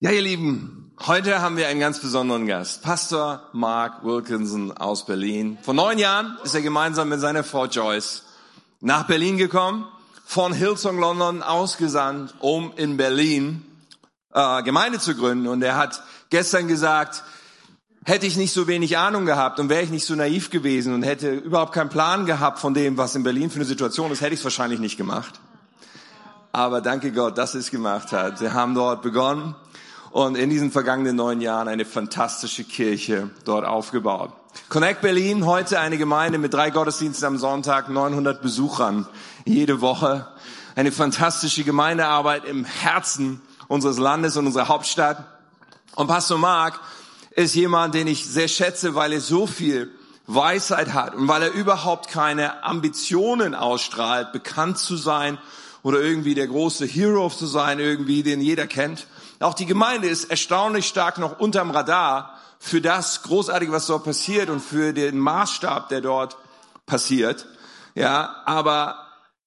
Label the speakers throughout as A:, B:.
A: Ja, ihr Lieben, heute haben wir einen ganz besonderen Gast. Pastor Mark Wilkinson aus Berlin. Vor neun Jahren ist er gemeinsam mit seiner Frau Joyce nach Berlin gekommen, von Hillsong London ausgesandt, um in Berlin äh, Gemeinde zu gründen. Und er hat gestern gesagt, hätte ich nicht so wenig Ahnung gehabt und wäre ich nicht so naiv gewesen und hätte überhaupt keinen Plan gehabt von dem, was in Berlin für eine Situation ist, hätte ich es wahrscheinlich nicht gemacht. Aber danke Gott, dass er es gemacht hat. Sie haben dort begonnen und in diesen vergangenen neun Jahren eine fantastische Kirche dort aufgebaut. Connect Berlin, heute eine Gemeinde mit drei Gottesdiensten am Sonntag, 900 Besuchern jede Woche. Eine fantastische Gemeindearbeit im Herzen unseres Landes und unserer Hauptstadt. Und Pastor Mark ist jemand, den ich sehr schätze, weil er so viel Weisheit hat und weil er überhaupt keine Ambitionen ausstrahlt, bekannt zu sein oder irgendwie der große Hero zu sein, irgendwie, den jeder kennt. Auch die Gemeinde ist erstaunlich stark noch unterm Radar für das Großartige, was dort passiert und für den Maßstab, der dort passiert. Ja, aber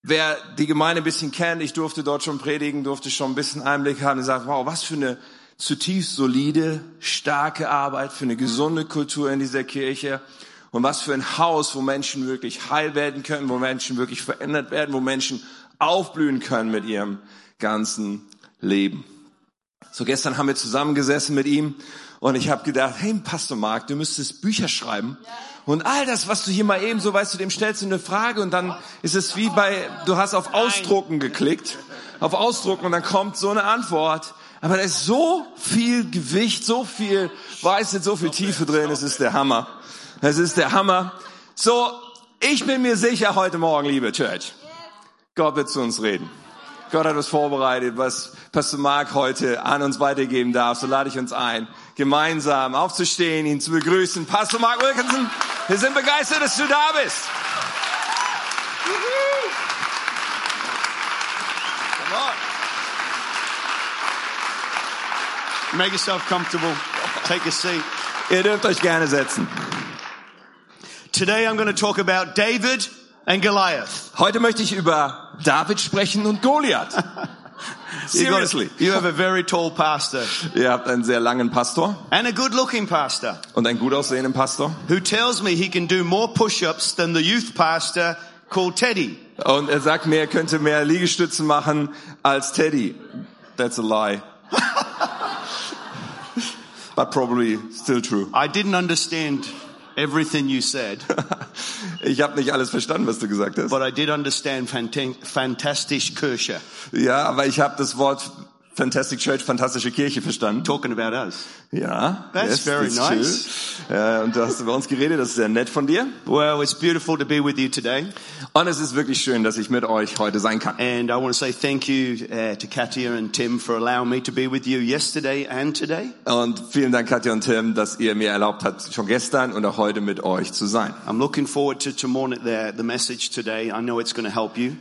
A: wer die Gemeinde ein bisschen kennt, ich durfte dort schon predigen, durfte schon ein bisschen Einblick haben und sagt, wow, was für eine zutiefst solide, starke Arbeit für eine gesunde Kultur in dieser Kirche und was für ein Haus, wo Menschen wirklich heil werden können, wo Menschen wirklich verändert werden, wo Menschen aufblühen können mit ihrem ganzen Leben. So gestern haben wir zusammengesessen mit ihm und ich habe gedacht, hey Pastor Mark, du müsstest Bücher schreiben. Und all das, was du hier mal eben so weißt, du dem stellst du eine Frage und dann ist es wie bei, du hast auf Ausdrucken geklickt, auf Ausdrucken und dann kommt so eine Antwort. Aber da ist so viel Gewicht, so viel Weisheit, so viel Tiefe drin, es ist der Hammer. Es ist der Hammer. So, ich bin mir sicher heute Morgen, liebe Church, Gott wird zu uns reden. Gott hat uns vorbereitet, was Pastor Mark heute an uns weitergeben darf. So lade ich uns ein, gemeinsam aufzustehen, ihn zu begrüßen. Pastor Mark Wilkinson, wir sind begeistert, dass du da bist. Come on.
B: Make yourself comfortable. Take a seat.
A: Ihr dürft euch gerne setzen.
B: Today I'm going to talk about David and Goliath.
A: Heute möchte ich über David sprechen und Goliath. Seriously.
B: You have a very tall pastor
A: Ihr habt einen sehr langen Pastor
B: and a good looking pastor
A: und einen gut aussehenden Pastor.
B: who tells me he can do more push ups than the youth pastor called Teddy.
A: Und er sagt mir, er könnte mehr Liegestützen machen als Teddy. That's a lie. But probably still true.
B: I didn't understand everything you said,
A: Ich habe nicht alles verstanden, was du gesagt hast.
B: but I did understand Fantin- Fantastisch Kirche.
A: Ja, aber ich habe das Wort Fantastic Church, fantastische Kirche verstanden.
B: Talking about us.
A: Ja,
B: That's very nice.
A: true. Ja, und du hast über uns geredet, das ist sehr nett von dir.
B: Well, it's beautiful to be with you today.
A: Und es ist wirklich schön, dass ich mit euch heute sein kann.
B: And I want to say thank you uh, to Katia and Tim for allowing me to be with you yesterday and today.
A: Und vielen Dank, Katja und Tim, dass ihr mir erlaubt habt, schon gestern und auch heute mit euch zu sein.
B: I'm looking forward to tomorrow, the, the message today. I know it's going to help you.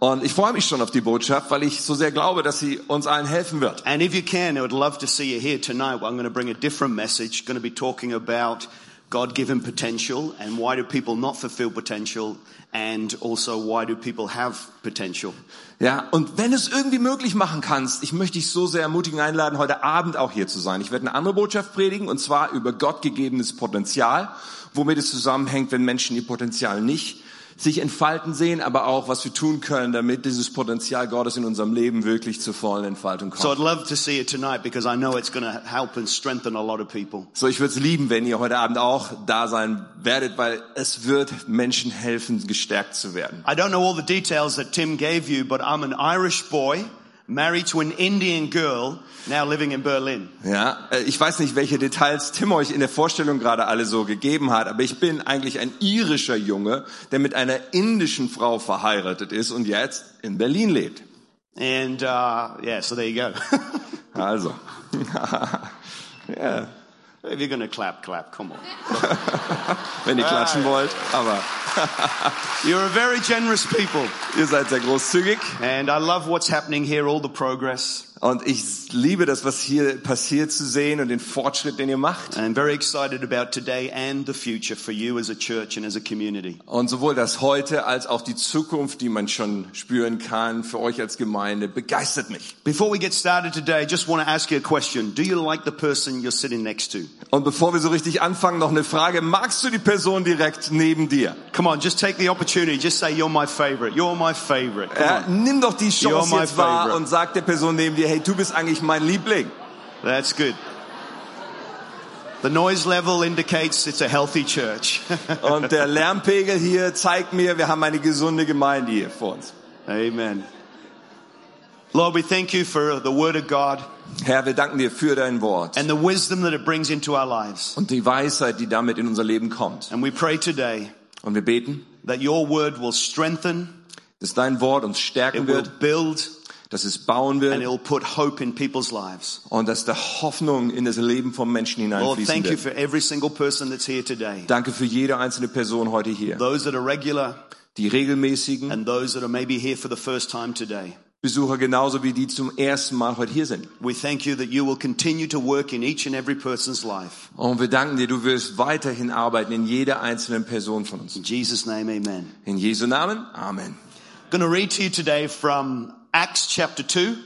A: Und ich freue mich schon auf die Botschaft, weil ich so sehr glaube, dass sie uns allen helfen wird.
B: And if you can, I would love to see you here tonight. Well, I'm going to bring a different message, going to be talking about God-given potential and why do people not fulfill potential and also why do people have potential.
A: Ja, und wenn du es irgendwie möglich machen kannst, ich möchte dich so sehr ermutigen einladen, heute Abend auch hier zu sein. Ich werde eine andere Botschaft predigen, und zwar über Gott gegebenes Potenzial, womit es zusammenhängt, wenn Menschen ihr Potenzial nicht sich entfalten sehen, aber auch, was wir tun können, damit dieses Potenzial Gottes in unserem Leben wirklich zur vollen Entfaltung kommt.
B: So I'd love to see you tonight because I know it's going to help and strengthen a lot of people.
A: So, ich würde es lieben, wenn ihr heute Abend auch da sein werdet, weil es wird Menschen helfen, gestärkt zu werden.
B: I don't know all the details that Tim gave you, but I'm an Irish boy married to an Indian girl now living in Berlin.
A: Ja, äh, ich weiß nicht, welche Details Tim euch in der Vorstellung gerade alle so gegeben hat, aber ich bin eigentlich ein irischer Junge, der mit einer indischen Frau verheiratet ist und jetzt in Berlin lebt.
B: And uh, yeah, so there you go.
A: Also. ja,
B: if you're going to clap, clap. Come on.
A: wenn ihr klatschen wollt, aber
B: You're a very generous people,
A: ihr seid sehr großzügig
B: and I love what's happening here, all the progress.
A: Und ich liebe das, was hier passiert zu sehen und den Fortschritt, den ihr macht.
B: And I'm very excited about today and the future for you as a church and as a community.
A: Und sowohl das Heute als auch die Zukunft, die man schon spüren kann, für euch als Gemeinde, begeistert mich.
B: Before we get started today, I just want to ask you a question. Do you like the person you're sitting next to?
A: Und bevor wir so richtig anfangen, noch eine Frage. Magst du die Person direkt neben dir?
B: Come on, just take the opportunity. Just say, you're my favorite. You're my favorite. Come
A: Ja,
B: on.
A: nimm doch die
B: You're
A: Chance
B: my
A: jetzt wahr
B: favorite.
A: und sag der Person neben dir, hey, du bist eigentlich mein Liebling.
B: That's good. The noise level indicates it's a healthy church.
A: Und der Lärmpegel hier zeigt mir, wir haben eine gesunde Gemeinde hier vor uns.
B: Amen. Lord, we thank you for the word of God
A: Herr, wir danken dir für dein Wort
B: and the wisdom that it brings into our lives.
A: und die Weisheit, die damit in unser Leben kommt.
B: And we pray today
A: Und wir beten,
B: that your word will strengthen,
A: dass dein Wort uns
B: it
A: stärken
B: will
A: wird,
B: build,
A: dass es bauen
B: and it
A: wird
B: will put hope in people's lives.
A: und dass da Hoffnung in das Leben vom Menschen
B: Lord,
A: hineinfließen
B: Oh, thank you
A: wird.
B: for every single person that's here today.
A: Danke für jede einzelne Person heute hier.
B: Those that are regular
A: Die regelmäßigen
B: and those that are maybe here for the first time today.
A: Besucher genauso wie die zum ersten Mal heute hier sind.
B: We thank you that you will continue to work in each and every person's life.
A: Und wir danken dir, du wirst weiterhin arbeiten in jeder einzelnen Person von uns.
B: In Jesus' name, amen.
A: In Jesu Namen. Amen.
B: I'm going to read to you today from Acts chapter 2.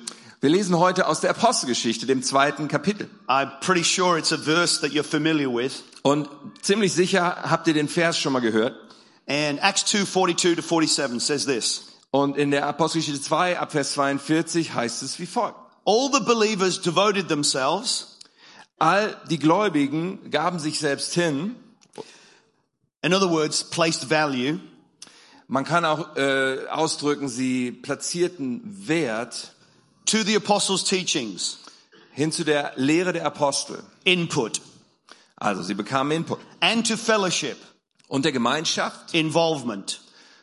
A: Wir lesen heute aus der Apostelgeschichte, dem zweiten Kapitel.
B: I'm pretty sure it's a verse that you're familiar with.
A: Und ziemlich sicher habt ihr den Vers schon mal gehört.
B: And Acts 2, 42 to 47 says this.
A: Und in der Apostelgeschichte 2, ab Vers 42 heißt es wie folgt.
B: All the believers devoted themselves.
A: All die Gläubigen gaben sich selbst hin.
B: In other words, placed value
A: Man kann auch äh, ausdrücken, sie platzierten Wert
B: to the apostles' teachings,
A: hin zu der Lehre der Apostel.
B: input,
A: Also sie bekamen Input.
B: and to fellowship,
A: Und der Gemeinschaft,
B: involvement,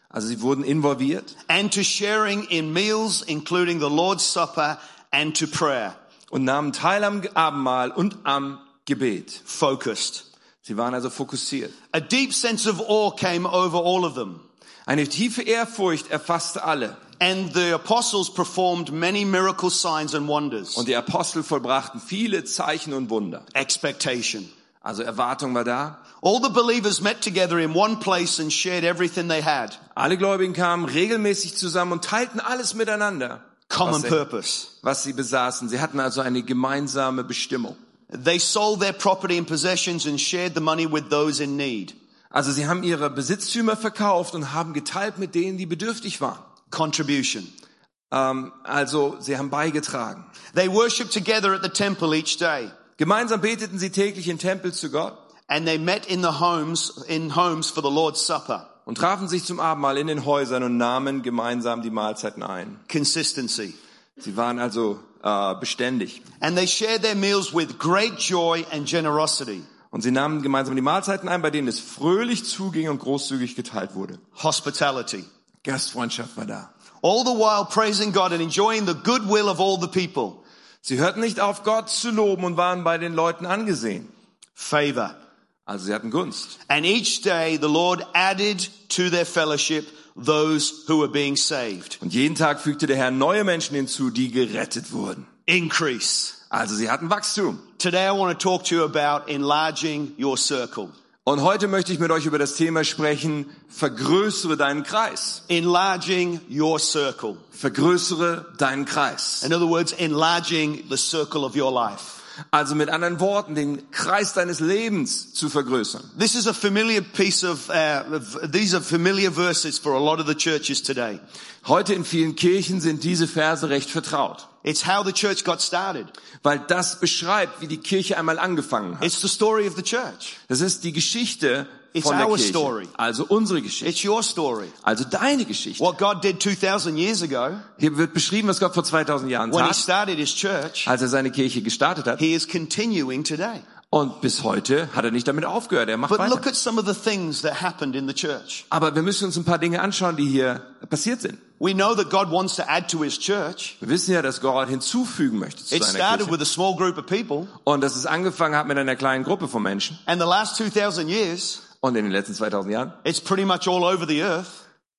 A: also sie wurden involviert.
B: and to sharing in meals, including the Lord's Supper, and to prayer.
A: und nahmen teil am Abendmahl und am Gebet.
B: Focused.
A: Sie waren also fokussiert.
B: A deep sense of awe came over all of them.
A: Eine tiefe Ehrfurcht erfasste alle
B: And the apostles performed many miracle signs and wonders.
A: und die Apostel vollbrachten viele Zeichen und Wunder.
B: Expectation.
A: Also Erwartung war da.
B: All the believers met together in one place and shared everything they had.
A: Alle Gläubigen kamen regelmäßig zusammen und teilten alles miteinander,
B: Common
A: was sie,
B: purpose.
A: was sie besaßen. Sie hatten also eine gemeinsame Bestimmung.
B: They sold their property and possessions and shared the money with those in need.
A: Also sie haben ihre Besitztümer verkauft und haben geteilt mit denen, die bedürftig waren.
B: Contribution.
A: Ähm, also sie haben beigetragen.
B: They worshiped together at the temple each day
A: Gemeinsam beteten sie täglich im Tempel zu Gott.
B: and they met in the homes, in homes for the Lord's Supper.
A: und trafen sich zum Abendmahl in den Häusern und nahmen gemeinsam die Mahlzeiten ein.
B: Consistency.
A: Sie waren also äh, beständig.
B: And they shared their meals with great joy and generosity.
A: Und sie nahmen gemeinsam die Mahlzeiten ein, bei denen es fröhlich zuging und großzügig geteilt wurde.
B: Hospitality.
A: Gastfreundschaft war da.
B: All the while praising God and enjoying the goodwill of all the people.
A: Sie hörten nicht auf, Gott zu loben und waren bei den Leuten angesehen.
B: Favor.
A: Also sie hatten Gunst.
B: And each day the Lord added to their fellowship those who were being saved.
A: Und jeden Tag fügte der Herr neue Menschen hinzu, die gerettet wurden.
B: Increase.
A: Also sie hatten Wachstum.
B: Today I want to talk to you about enlarging your circle.
A: Und heute möchte ich mit euch über das Thema sprechen, vergrößere deinen Kreis.
B: Enlarging your circle.
A: Vergrößere deinen Kreis.
B: In other words, enlarging the circle of your life.
A: Also mit anderen Worten, den Kreis deines Lebens zu vergrößern.
B: This is a familiar piece of, uh, of- these are familiar verses for a lot of the churches today.
A: Heute in vielen Kirchen sind diese Verse recht vertraut,
B: It's how the church got started.
A: weil das beschreibt, wie die Kirche einmal angefangen hat.
B: It's the story of the church.
A: Das ist die Geschichte
B: It's
A: von der
B: our
A: Kirche,
B: story.
A: also unsere Geschichte,
B: It's your story.
A: also deine Geschichte.
B: What God did 2,000 years ago
A: Hier wird beschrieben, was Gott vor 2000 Jahren
B: when He
A: tat,
B: started His church,
A: als er seine Kirche gestartet hat.
B: He is continuing today.
A: Und bis heute hat er nicht damit aufgehört. Er macht
B: But look
A: weiter.
B: at some of the things that happened in the church.
A: Aber wir müssen uns ein paar Dinge anschauen, die hier passiert sind.
B: We know that God wants to add to His church.
A: Wir wissen ja, dass Gott hinzufügen möchte zu
B: It
A: seiner
B: started
A: Kirche.
B: with a small group of people,
A: Und dass es angefangen hat mit einer kleinen Gruppe von Menschen.
B: and the last 2,000 years,
A: Und in den letzten 2000 Jahren
B: it's pretty much all over the earth.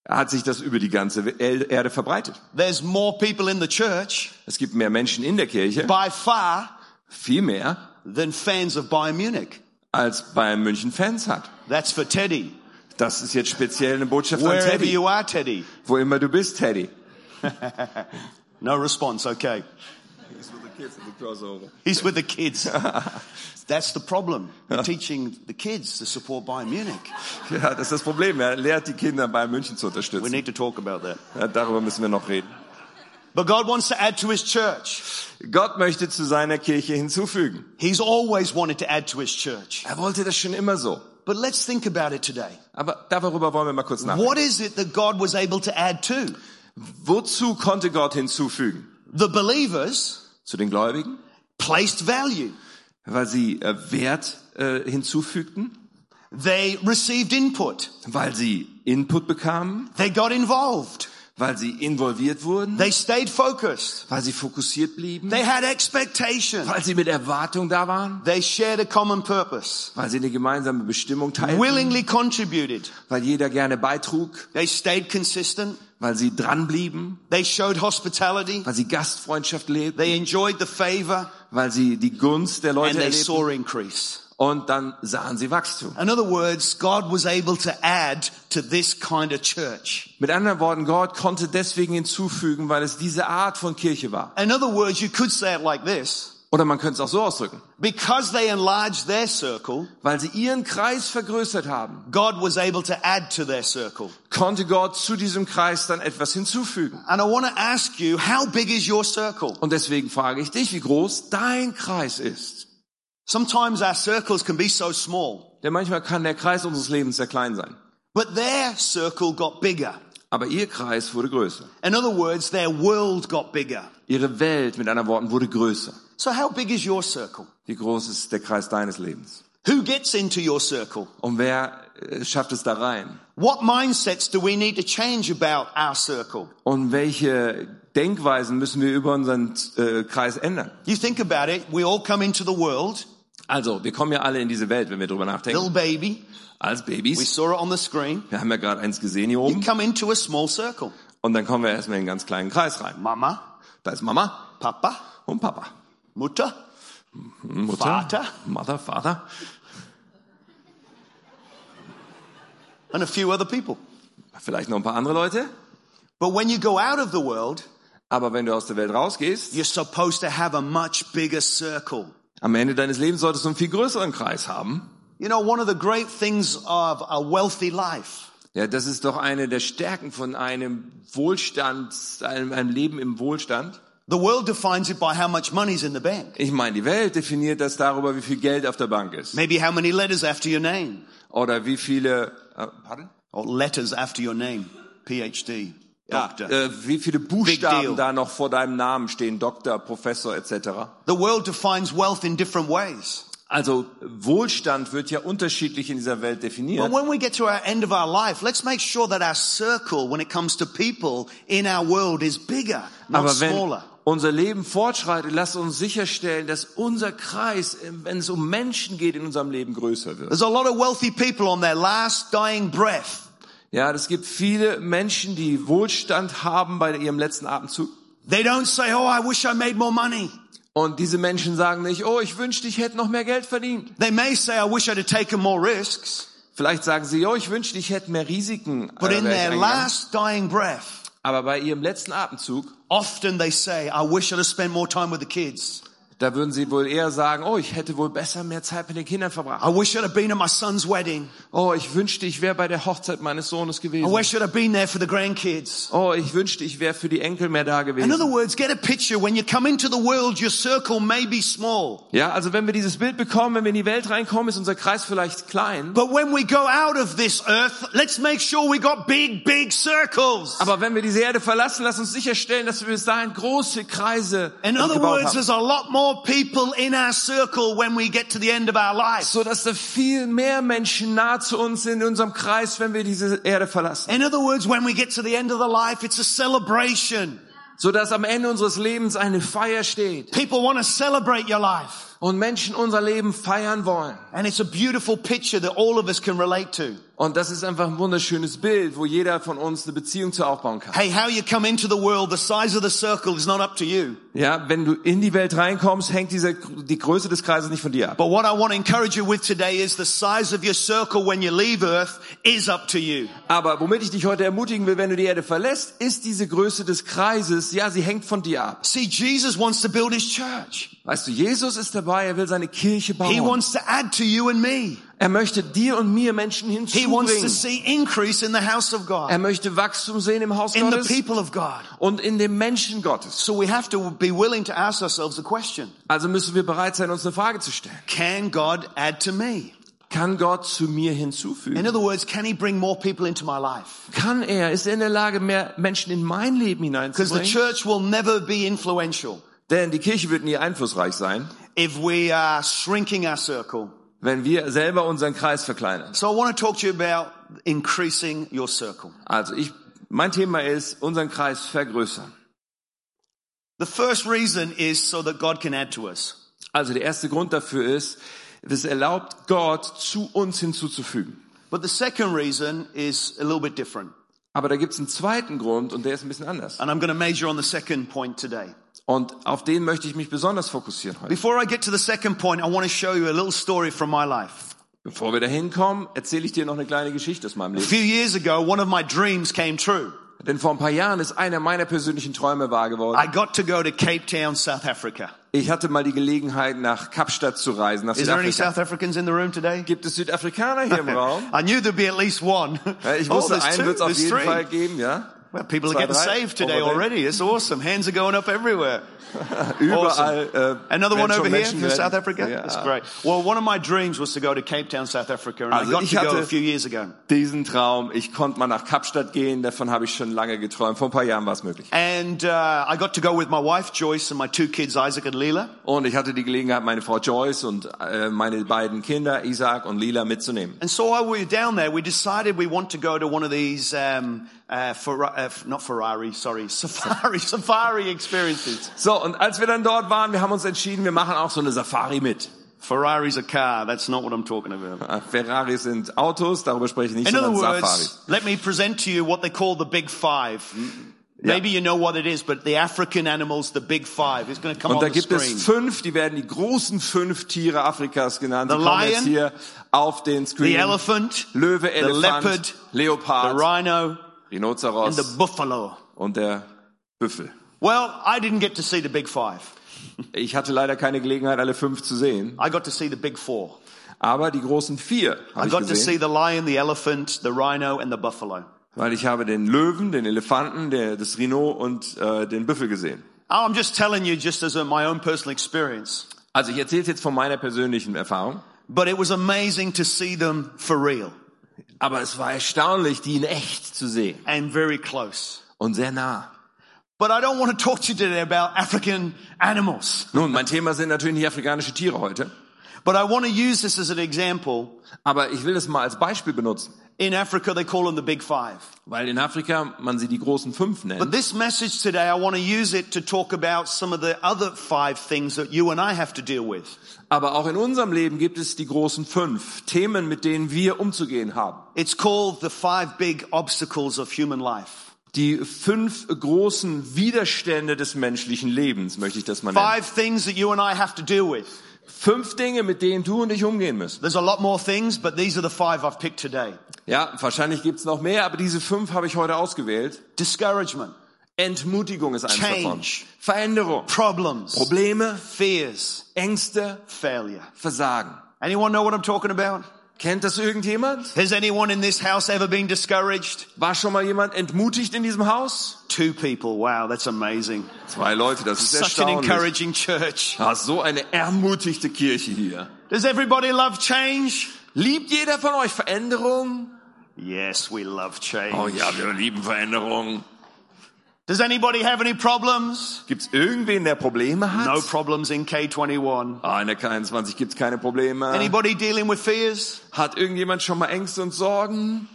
A: hat sich das über die ganze El- Erde verbreitet.
B: There's more people in the church
A: Es gibt mehr Menschen in der Kirche,
B: by far
A: viel mehr,
B: than fans of Bayern Munich.
A: als Bayern München Fans hat.
B: That's for Teddy.
A: Das ist jetzt speziell eine Botschaft an
B: Wherever
A: Teddy,
B: you are, Teddy.
A: wo immer du bist, Teddy.
B: No response. Okay. He's with the kids. That's the problem. You're teaching the kids to support Bayern Munich.
A: Ja, das ist das Problem. Er lehrt die Kinder, Bayern München zu
B: We
A: unterstützen.
B: need to talk about that.
A: Ja, darüber müssen wir noch reden.
B: But God wants to add to his church.
A: Gott möchte zu seiner Kirche hinzufügen.
B: He's always wanted to add to his church.
A: Er wollte das schon immer so.
B: But let's think about it today.
A: Aber darüber wollen wir mal kurz nachdenken.
B: What is it that God was able to add to?
A: Wozu konnte Gott hinzufügen?
B: The believers
A: Zu den Gläubigen?
B: placed value.
A: Weil sie äh, Wert äh, hinzufügten?
B: They received input.
A: Weil sie Input bekamen?
B: They got involved.
A: Weil sie involviert wurden?
B: They stayed focused.
A: Weil sie fokussiert blieben?
B: They had expectation.
A: Weil sie mit Erwartung da waren?
B: They shared a common purpose.
A: Weil sie eine gemeinsame Bestimmung teilten?
B: Willingly contributed.
A: Weil jeder gerne beitrug?
B: They stayed consistent.
A: Weil sie dranblieben?
B: They showed hospitality.
A: Weil sie Gastfreundschaft lebten?
B: They enjoyed the favor
A: Weil sie die Gunst der
B: and
A: Leute
B: they
A: erlebten?
B: saw increase.
A: Und dann sahen sie Wachstum.
B: In other words, God was able to add to this kind of church.
A: Mit anderen Worten, Gott konnte deswegen hinzufügen, weil es diese Art von Kirche war.
B: In other words, you could say it like this.
A: Oder man könnte es auch so ausdrücken.
B: Because they enlarged their circle,
A: Weil sie ihren Kreis vergrößert haben,
B: God was able to add to their circle.
A: konnte Gott zu diesem Kreis dann etwas hinzufügen.
B: And I want to ask you, how big is your circle?
A: Und deswegen frage ich dich, wie groß dein Kreis ist.
B: Sometimes our circles can be so small,
A: Denn manchmal kann der Kreis unseres Lebens sehr klein sein.
B: but their circle got bigger.
A: Aber ihr Kreis wurde größer.
B: In other words, their world got bigger.
A: Ihre Welt, mit anderen Worten, wurde größer.
B: So how big is your circle?
A: Wie groß ist der Kreis deines Lebens?
B: Who gets into your circle?
A: Und wer äh, schafft es da rein?
B: What mindsets do we need to change about our circle?
A: Und welche Denkweisen müssen wir über unseren äh, Kreis ändern?
B: You think about it, we all come into the world,
A: Also, wir kommen ja alle in diese Welt, wenn wir drüber nachdenken.
B: little baby,
A: Als
B: we
A: Babys.
B: saw it on the screen.
A: Wir haben ja gerade eins gesehen hier
B: You
A: oben.
B: come into a small circle.
A: Und dann kommen wir erstmal in einen ganz kleinen Kreis rein.
B: Mama,
A: Da ist Mama
B: Papa,
A: und Papa.
B: Mutter,
A: Mutter.
B: Vater.
A: Mutter, Vater.
B: and a few other people.
A: Vielleicht noch ein paar andere Leute.
B: But when you go out of the world,
A: Aber wenn du aus der Welt rausgehst,
B: you're supposed to have a much bigger circle.
A: am Ende deines Lebens solltest du einen viel größeren Kreis haben.
B: You know, one of the great things of a wealthy life
A: Ja, das ist doch eine der Stärken von einem Wohlstand, einem, einem Leben im Wohlstand.
B: The world defines it by how much money's in the bank.
A: Ich meine, die Welt definiert das darüber, wie viel Geld auf der Bank ist.
B: Maybe how many letters after your name.
A: Oder wie viele, äh, pardon?
B: Or letters after your name. PhD.
A: Ja,
B: Doctor.
A: äh, wie viele
B: deal.
A: Buchstaben da noch vor deinem Namen stehen, Doktor, Professor etc.
B: the world defines wealth in different ways.
A: Also Wohlstand wird ja unterschiedlich in dieser Welt
B: But
A: definiert.
B: when we get to our end of our life, let's make sure that our circle, when it comes to people in our world, is bigger, not
A: Aber wenn
B: smaller.
A: unser Leben fortschreitet, lasst uns sicherstellen, dass unser Kreis, wenn es um Menschen geht, in unserem Leben größer wird.
B: There's a lot of wealthy people on their last dying breath.
A: Ja, es gibt viele Menschen, die Wohlstand haben bei ihrem letzten Atemzug.
B: They don't say, Oh, I wish I made more money.
A: Und diese Menschen sagen nicht, oh, ich wünschte, ich hätte noch mehr Geld verdient.
B: They may say, I wish I'd have taken more risks.
A: Vielleicht sagen sie, oh, ich wünschte, ich hätte mehr Risiken. äh,
B: But
A: wäre ich
B: in their
A: eingegangen."
B: last dying breath,
A: Aber bei ihrem letzten Atemzug
B: Often they say, I wish I'd have spent more time with the kids.
A: Da würden sie wohl eher sagen, oh, ich hätte wohl besser mehr Zeit mit den Kindern verbracht.
B: I wish I'd have been at my son's wedding.
A: Oh, ich wünschte, ich wäre bei der Hochzeit meines Sohnes
B: I
A: gewesen.
B: wish I'd have been there for the grandkids.
A: Oh, ich wünschte, ich wäre für die Enkel mehr da
B: In
A: gewesen.
B: other words, get a picture. When you come into the world, your circle may be small.
A: Ja, also wenn wir dieses Bild bekommen, wenn wir in die Welt reinkommen, ist unser Kreis vielleicht klein.
B: But when we go out of this earth, let's make sure we got big, big circles.
A: Aber wenn wir diese Erde verlassen, lass uns sicherstellen, dass wir bis dahin große Kreise
B: In other
A: gebaut
B: words,
A: haben.
B: there's a lot more people in our circle when we get to the end of our life.
A: So dass da viel mehr Menschen nah zu uns sind in unserem Kreis, wenn wir diese Erde verlassen.
B: In other words, when we get to the end of the life, it's a celebration.
A: So dass am Ende unseres Lebens eine Feier steht.
B: People want to celebrate your life.
A: und Menschen unser Leben feiern wollen.
B: And it's a beautiful picture that all of us can relate to.
A: Und das ist einfach ein wunderschönes Bild, wo jeder von uns eine Beziehung zu aufbauen kann.
B: Hey, how you come into the world, the size of the circle is not up to you.
A: Ja, wenn du in die Welt reinkommst, hängt diese, die Größe des Kreises nicht von dir ab.
B: But what I want to encourage you with today is the size of your circle when you leave earth is up to you.
A: Aber womit ich dich heute ermutigen will, wenn du die Erde verlässt, ist diese Größe des Kreises, ja, sie hängt von dir ab.
B: See, Jesus wants to build his church.
A: Weißt du, Jesus ist dabei, er will seine Kirche
B: He
A: bauen.
B: wants to add to you and me.
A: Er möchte dir und mir Menschen
B: He wants to
A: hinzubringen.
B: see increase in the house of
A: Er
B: God,
A: möchte Wachstum sehen im Haus
B: in the
A: Gottes
B: people of God.
A: und in dem Menschen Gottes.
B: So we have to be willing to ask ourselves the question,
A: Also müssen wir bereit sein, uns eine Frage zu stellen.
B: can God add to me?
A: Kann Gott zu mir
B: In
A: hinzufügen?
B: other words, can he bring more people into my life?
A: Kann er? Ist er in der Lage, mehr Menschen in mein Leben
B: Because the
A: hineinzubringen?
B: church will never be influential
A: Denn die Kirche wird nie einflussreich sein,
B: if we are shrinking our circle.
A: wenn wir selber unseren Kreis verkleinern.
B: So I want to talk to you about increasing your circle.
A: Also ich, mein Thema ist, unseren Kreis vergrößern.
B: The first reason is so that God can add to us.
A: Also der erste Grund dafür ist, es erlaubt Gott, zu uns hinzuzufügen.
B: But the second reason is a little bit different.
A: Aber da gibt es einen zweiten Grund und der ist ein bisschen anders.
B: And I'm going to major on the second point today.
A: Und auf den möchte ich mich besonders fokussieren heute.
B: Before I get to the second point, I want to show you a little story from my life.
A: Bevor wir da hinkommen, erzähle ich dir noch eine kleine Geschichte aus meinem
B: A
A: Leben.
B: few years ago, one of my dreams came true.
A: Denn vor ein paar Jahren ist einer meiner persönlichen Träume wahr geworden.
B: I got to go to Cape Town, South Africa.
A: Ich hatte mal die Gelegenheit, nach Kapstadt zu reisen, nach
B: Is there any
A: Südafrika.
B: South Africans in the room today?
A: Gibt es Südafrikaner hier im Raum?
B: I knew there'd be at least one.
A: Ja, Ich
B: oh,
A: wusste,
B: there's
A: einen
B: two,
A: wird es auf
B: there's
A: jeden
B: three.
A: Fall geben, ja?
B: Well, people are
A: Zwei,
B: getting
A: drei.
B: saved today
A: Over there.
B: already. It's awesome. Hands are going up everywhere.
A: Überall. Äh,
B: Another
A: werden
B: one
A: schon
B: over here
A: Menschen
B: from
A: werden-
B: South Africa.
A: Ja.
B: That's great. Well, one of my dreams was to go to Cape Town, South Africa, and I
A: Also,
B: got
A: ich
B: Uh, to go
A: hatte-
B: a few years ago.
A: Diesen Traum, ich konnte mal nach Kapstadt gehen, davon habe ich schon lange geträumt. Vor ein paar Jahren war es möglich.
B: And uh, I got to go with my wife Joyce and my two kids Isaac and Leela.
A: Und ich hatte die Gelegenheit, meine Frau Joyce und äh, meine beiden Kinder, Isaac und Lila, mitzunehmen.
B: And so while we were down there, we decided we want to go to one of these, um, uh, Ferra- uh, f- not Ferrari, sorry, safari, safari experiences.
A: So, und als wir dann dort waren, wir haben uns entschieden, wir machen auch so eine Safari mit.
B: Ferrari's a car. That's not what I'm talking about.
A: Äh, Ferraris sind Autos, darüber spreche ich nicht,
B: In other
A: sondern
B: words,
A: Safari.
B: let me present to you what they call the Big Five. Maybe you know what it is, but the African animals, the Big Five, is going to come
A: Und
B: on
A: da
B: the
A: gibt
B: screen.
A: es fünf, die werden die großen fünf Tiere Afrikas genannt. Die
B: The
A: kommen jetzt
B: lion,
A: hier auf den Screen.
B: The elephant,
A: Löwe, Elefant,
B: leopard, the
A: Leopard,
B: rhino, and the
A: Rhinoceros
B: buffalo.
A: und der Büffel.
B: Well, I didn't get to see the Big Five.
A: Ich hatte leider keine Gelegenheit, alle fünf zu sehen,
B: I got to see the Big Four.
A: aber die großen vier
B: I
A: habe ich
B: got to see
A: gesehen,
B: the lion, the elephant, the rhino, and the buffalo.
A: weil ich habe den Löwen, den Elefanten, der, das Rhino und äh, den Büffel gesehen.
B: Oh, I'm just telling you, just as a, my own personal experience.
A: Also ich erzähle es jetzt von meiner persönlichen Erfahrung,
B: But it was amazing to see them for real
A: aber es war erstaunlich, die in echt zu sehen
B: and very close.
A: und sehr nah.
B: But I don't want to talk to you today about African animals.
A: Nun, mein Thema sind natürlich nicht afrikanische Tiere heute.
B: But I want to use this as an example.
A: Aber ich will das mal als Beispiel benutzen,
B: In Africa, they call them the Big Five.
A: weil in Afrika man sie die großen fünf
B: But
A: nennt.
B: this message today, I want to use it to talk about some of the other five things that you and I have to deal with.
A: Aber auch in unserem Leben gibt es die großen fünf Themen, mit denen wir umzugehen haben.
B: It's called the five big obstacles of human life.
A: Die fünf großen Widerstände des menschlichen Lebens, möchte ich das mal nennen.
B: Five things that you and I have to deal with.
A: Fünf Dinge, mit denen du und ich umgehen müssen.
B: There's a lot more things, but these are the five I've picked today.
A: Ja, wahrscheinlich gibt's noch mehr, aber diese fünf habe ich heute ausgewählt.
B: Discouragement,
A: Entmutigung ist eines davon.
B: Change.
A: Veränderung.
B: problems,
A: Probleme,
B: fears,
A: Ängste,
B: failure.
A: Versagen.
B: Anyone know what I'm talking about?
A: Kennt das irgendjemand?
B: Has anyone in this house ever been discouraged?
A: War schon mal jemand entmutigt in diesem Haus?
B: Two people. Wow, that's amazing.
A: Zwei Leute, das ist
B: Such an
A: erstaunlich.
B: encouraging church.
A: Ah, so eine ermutigte Kirche hier.
B: Does everybody love change?
A: Liebt jeder von euch Veränderung?
B: Yes, we love change.
A: Oh ja, wir lieben Veränderung.
B: Does anybody have any problems?
A: Gibt's irgendwen, der Probleme hat?
B: No problems in K21.
A: Ah, in der K21 gibt's keine Probleme.
B: Anybody dealing with fears?
A: Hat irgendjemand schon mal Ängste und Sorgen?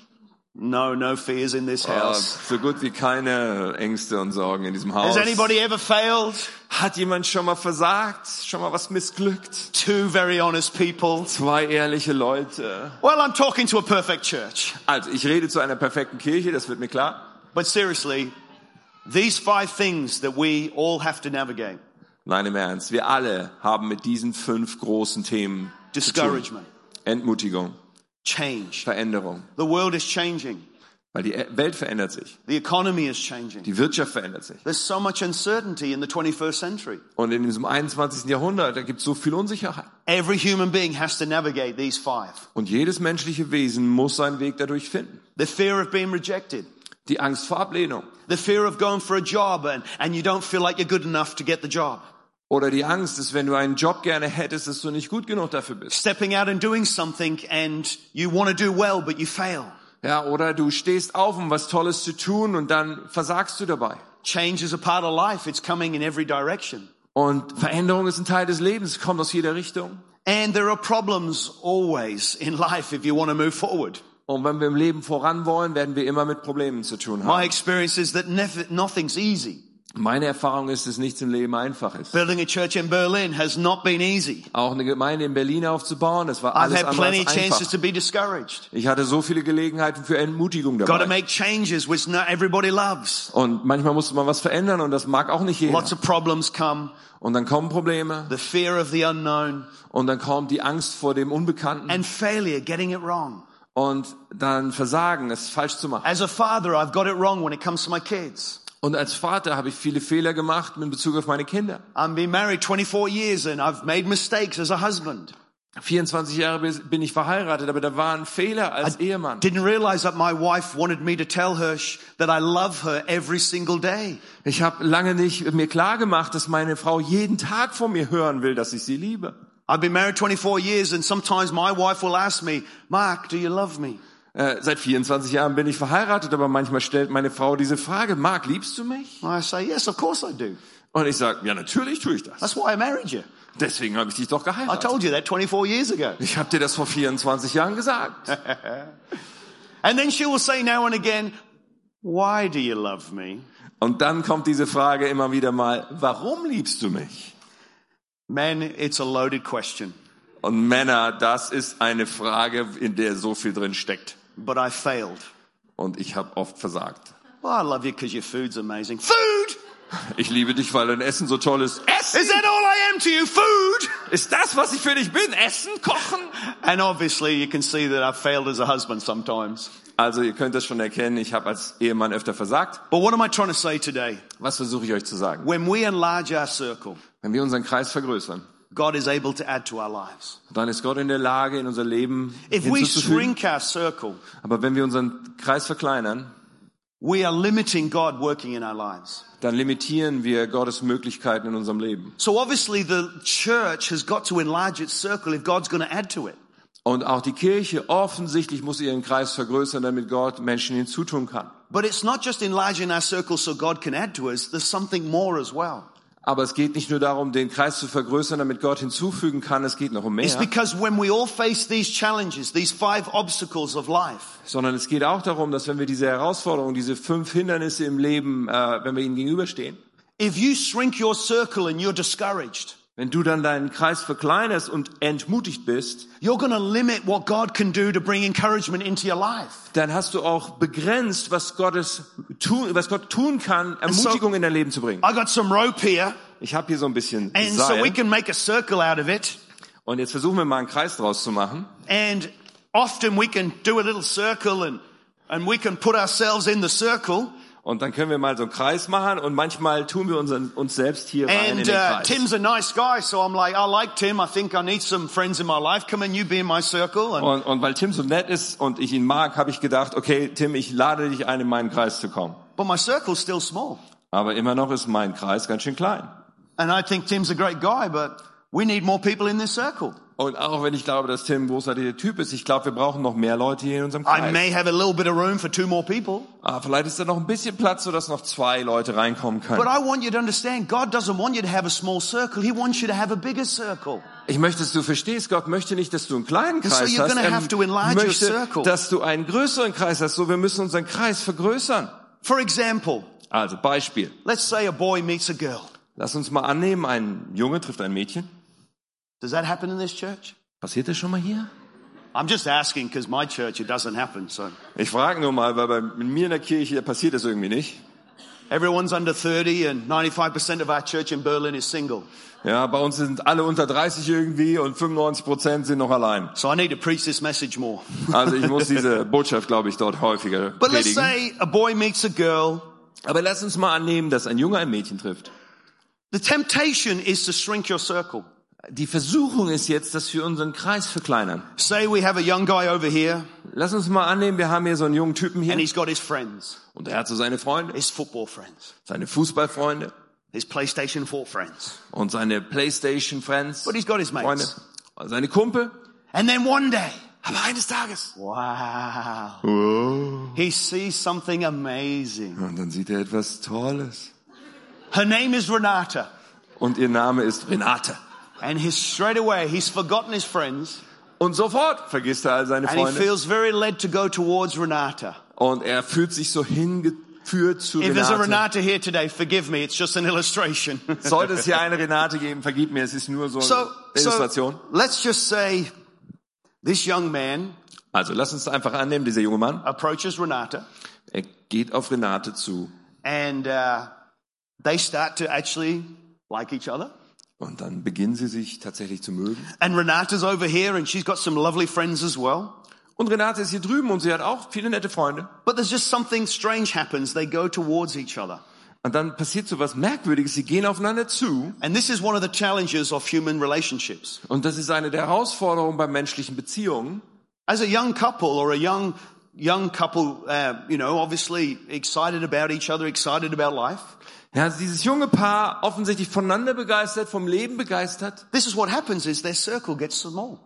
B: No, no fears in this
A: Äh,
B: house.
A: so gut wie keine Ängste und Sorgen in diesem Haus.
B: Has anybody ever failed?
A: Hat jemand schon mal versagt? Schon mal was missglückt?
B: Two very honest people.
A: Zwei ehrliche Leute.
B: Well, I'm talking to a perfect church.
A: Also, ich rede zu einer perfekten Kirche, das wird mir klar.
B: But seriously, these five things that we all have to navigate
A: Nein, im Ernst. Wir alle haben mit diesen fünf großen Themen zu tun.
B: discouragement,
A: Entmutigung,
B: change.
A: Veränderung.
B: The world is changing,
A: Weil die Welt verändert sich.
B: the economy is changing.
A: Die Wirtschaft verändert sich.
B: There's so much uncertainty in the 21st century.
A: Und in diesem 21. Jahrhundert, da gibt es so viel Unsicherheit.
B: Every human being has to navigate these five
A: Und jedes menschliche Wesen muss seinen Weg dadurch finden.
B: the fear of being rejected,
A: Die Angst vor Ablehnung
B: the fear of going for a job and, and you don't feel like you're good enough to get the job,
A: oder die Angst ist, wenn du einen Job gerne hättest, dass du nicht gut genug dafür bist.
B: stepping out and doing something and you want to do well but you fail.
A: Ja, oder du stehst auf, um was Tolles zu tun und dann versagst du dabei.
B: Change is a part of life, it's coming in every direction.
A: Und Veränderung ist ein Teil des Lebens, kommt aus jeder Richtung.
B: And there are problems always in life if you want to move forward.
A: Und wenn wir im Leben voran wollen, werden wir immer mit Problemen zu tun
B: My
A: haben.
B: experience is that nev- nothing's easy.
A: Meine Erfahrung ist, dass nichts im Leben einfach ist.
B: Building a church in Berlin has not been easy.
A: Auch eine Gemeinde in Berlin aufzubauen, das war
B: I've
A: alles
B: had
A: andere
B: plenty of
A: als
B: chances
A: einfach.
B: to be discouraged.
A: Ich hatte so viele Gelegenheiten für Entmutigung
B: Got to
A: dabei.
B: make changes which not everybody loves.
A: Und manchmal musste man was verändern und das mag auch nicht jeder.
B: Lots of problems come,
A: Und dann kommen Probleme
B: the fear of the unknown,
A: und dann kommt die Angst vor dem Unbekannten
B: and failure, getting it wrong.
A: und dann Versagen, es falsch zu machen.
B: As a father, I've got it wrong when it comes to my kids.
A: Und als Vater habe ich viele Fehler gemacht in Bezug auf meine Kinder.
B: I've been married 24 years and I've made mistakes as a husband.
A: 24 Jahre bis- bin ich verheiratet, aber da waren Fehler als Ehemann.
B: Didn't realize that my wife wanted me to tell her sh- that I love her every single day.
A: Ich habe lange nicht mir klar gemacht, dass meine Frau jeden Tag von mir hören will, dass ich sie liebe.
B: I've been married 24 years and sometimes my wife will ask me, Mark, do you love me?
A: Äh, seit 24 Jahren bin ich verheiratet, aber manchmal stellt meine Frau diese Frage, Marc, liebst du mich?
B: And I say, yes, of course I do.
A: Und ich sage, ja, natürlich tue ich das.
B: That's why I married you.
A: Deswegen habe ich dich doch
B: I
A: geheiratet.
B: told you that 24 years ago.
A: Ich habe dir das vor 24 Jahren gesagt.
B: And then she will say now and again, why do you love me?
A: Und dann kommt diese Frage immer wieder mal, warum liebst du mich?
B: Men, it's a loaded question,
A: Und Männer, das ist eine Frage, in der so viel drin steckt.
B: but I failed.
A: Und ich habe oft versagt.
B: Well, I love you because your food's amazing. Food!
A: Ich liebe dich, weil dein Essen so toll ist. Essen!
B: Is that all I am to you? Food!
A: Ist das, was ich für dich bin? Essen, kochen?
B: And obviously you can see that I failed as a husband sometimes.
A: Also ihr könnt das schon erkennen, ich habe als Ehemann öfter versagt.
B: But what am I trying to say today?
A: Was versuche ich euch zu sagen?
B: When we enlarge our circle,
A: Wenn wir unseren Kreis vergrößern,
B: God is able to add to our lives.
A: dann ist Gott in der Lage, in unser Leben
B: If we
A: hinzuzufügen.
B: shrink our circle,
A: Aber wenn wir unseren Kreis verkleinern,
B: we are limiting God working in our lives.
A: dann limitieren wir Gottes Möglichkeiten in unserem Leben.
B: So obviously the church has got to enlarge its circle if God's going to add to it.
A: Und auch die Kirche offensichtlich muss ihren Kreis vergrößern, damit Gott Menschen hinzutun kann.
B: But it's not just enlarging our circle so God can add to us. There's something more as well.
A: Aber es geht nicht nur darum, den Kreis zu vergrößern, damit Gott hinzufügen kann, es geht noch um
B: It's
A: mehr,
B: because when we all face these challenges, these five obstacles of life,
A: sondern es geht auch darum, dass wenn wir diese Herausforderungen, diese fünf Hindernisse im Leben, äh, wenn wir ihnen gegenüberstehen,
B: if you shrink your circle and you're discouraged,
A: wenn du dann deinen Kreis verkleinerst und entmutigt bist,
B: you're going to limit what God can do to bring encouragement into your life.
A: dann hast du auch begrenzt, was, Gottes tun, was Gott tun kann, Ermutigung in dein Leben zu bringen.
B: I got some rope here,
A: Ich habe hier so ein bisschen
B: and so we
A: Seil
B: can make a circle out of it.
A: und jetzt versuchen wir mal einen Kreis draus zu machen.
B: And often we can do a little circle and, and we can put ourselves in the circle.
A: Und dann können wir mal so einen Kreis machen und manchmal tun wir unseren, uns selbst hier rein in
B: And
A: den
B: uh,
A: Kreis.
B: Tim's a nice guy, so I'm like, I like Tim. I think I need some friends in my life. Come and you be in my circle. And
A: und, und weil Tim so nett ist und ich ihn mag, habe ich gedacht, okay, Tim, ich lade dich ein, in meinen Kreis zu kommen.
B: but my circle's still small.
A: Aber immer noch ist mein Kreis ganz schön klein.
B: And I think Tim's a great guy, but we need more people in this circle.
A: Und auch wenn ich glaube, dass Tim ein großartiger Typ ist, ich glaube, wir brauchen noch mehr Leute hier in unserem
B: I
A: Kreis.
B: may have a little bit of room for two more people,
A: Ah, vielleicht ist da noch ein bisschen Platz, sodass noch zwei Leute reinkommen
B: but
A: können.
B: I want you to understand God doesn't want you to have a small circle. He wants you to have a bigger circle.
A: Ich möchte, dass du verstehst, Gott möchte nicht, dass du einen kleinen
B: so
A: Kreis
B: you're
A: hast.
B: gonna have to enlarge
A: Er
B: your
A: möchte,
B: circle.
A: dass du einen größeren Kreis hast. So, wir müssen unseren Kreis vergrößern.
B: For example,
A: Also, Beispiel.
B: let's say a boy meets a girl.
A: Lass uns mal annehmen, ein Junge trifft ein Mädchen.
B: Does that happen in this church?
A: Passiert das schon mal hier?
B: I'm just asking because my church it doesn't happen. So
A: Ich frage nur mal, weil bei mir in der Kirche passiert das irgendwie nicht.
B: everyone's under 30, and 95% of our church in Berlin is single.
A: Ja, bei uns sind alle unter 30 irgendwie und 95 Prozent sind noch allein.
B: So I need to preach this message more.
A: Also ich muss diese Botschaft, glaube ich, dort häufiger
B: But let's
A: predigen.
B: say a boy meets a girl.
A: Aber lass uns mal annehmen, dass ein Junge ein Mädchen trifft.
B: The temptation is to shrink your circle.
A: Die Versuchung ist jetzt, dass wir unseren Kreis verkleinern.
B: Say we have a young guy over here,
A: Lass uns mal annehmen, wir haben hier so einen jungen Typen
B: and
A: hier
B: he's got his friends,
A: und er hat so seine Freunde,
B: his football friends,
A: seine Fußballfreunde
B: his PlayStation 4 friends.
A: und seine Playstation-Friends,
B: But he's got his mates.
A: Freunde, seine Kumpel.
B: And then one day,
A: Aber eines Tages.
B: wow,
A: Und
B: he sees something amazing.
A: dann sieht er etwas Tolles.
B: Her name is Renata.
A: Und ihr Name ist Renate.
B: And his, straight away, he's forgotten his friends,
A: Und sofort vergisst er all seine
B: and he
A: Freunde.
B: feels very led to go towards Renata.
A: Und er fühlt sich so hingeführt zu
B: If there's a
A: Renate.
B: Renata here today, forgive me, it's just an illustration.
A: Sollte es hier eine Renate geben, vergib mir, es ist nur so eine
B: so,
A: Illustration.
B: so let's just say this young man
A: also lass uns einfach annehmen, dieser junge Mann,
B: approaches Renata,
A: er geht auf Renate zu
B: and uh, they start to actually like each other.
A: und dann beginnen sie sich tatsächlich zu mögen.
B: And Renata's over here, and she's got some lovely friends as well.
A: Und Renate ist hier drüben und sie hat auch viele nette Freunde.
B: But there's just something strange happens. They go towards each other.
A: Und dann passiert so was Merkwürdiges, sie gehen aufeinander zu
B: And this is one of the challenges of human relationships.
A: und das ist eine der Herausforderungen bei menschlichen Beziehungen.
B: As a young couple or a young young couple, uh, you know, obviously excited about each other, excited about life.
A: Ja, also dieses junge Paar, offensichtlich voneinander begeistert, vom Leben begeistert,
B: This is what happens: is their circle gets small.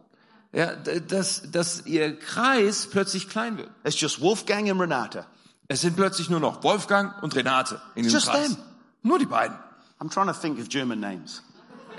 A: ja, d- dass, dass ihr Kreis plötzlich klein wird.
B: It's just Wolfgang and Renata.
A: Es sind plötzlich nur noch Wolfgang und Renate in diesem
B: Just
A: Kreis.
B: them.
A: Nur die beiden.
B: I'm trying to think of German names.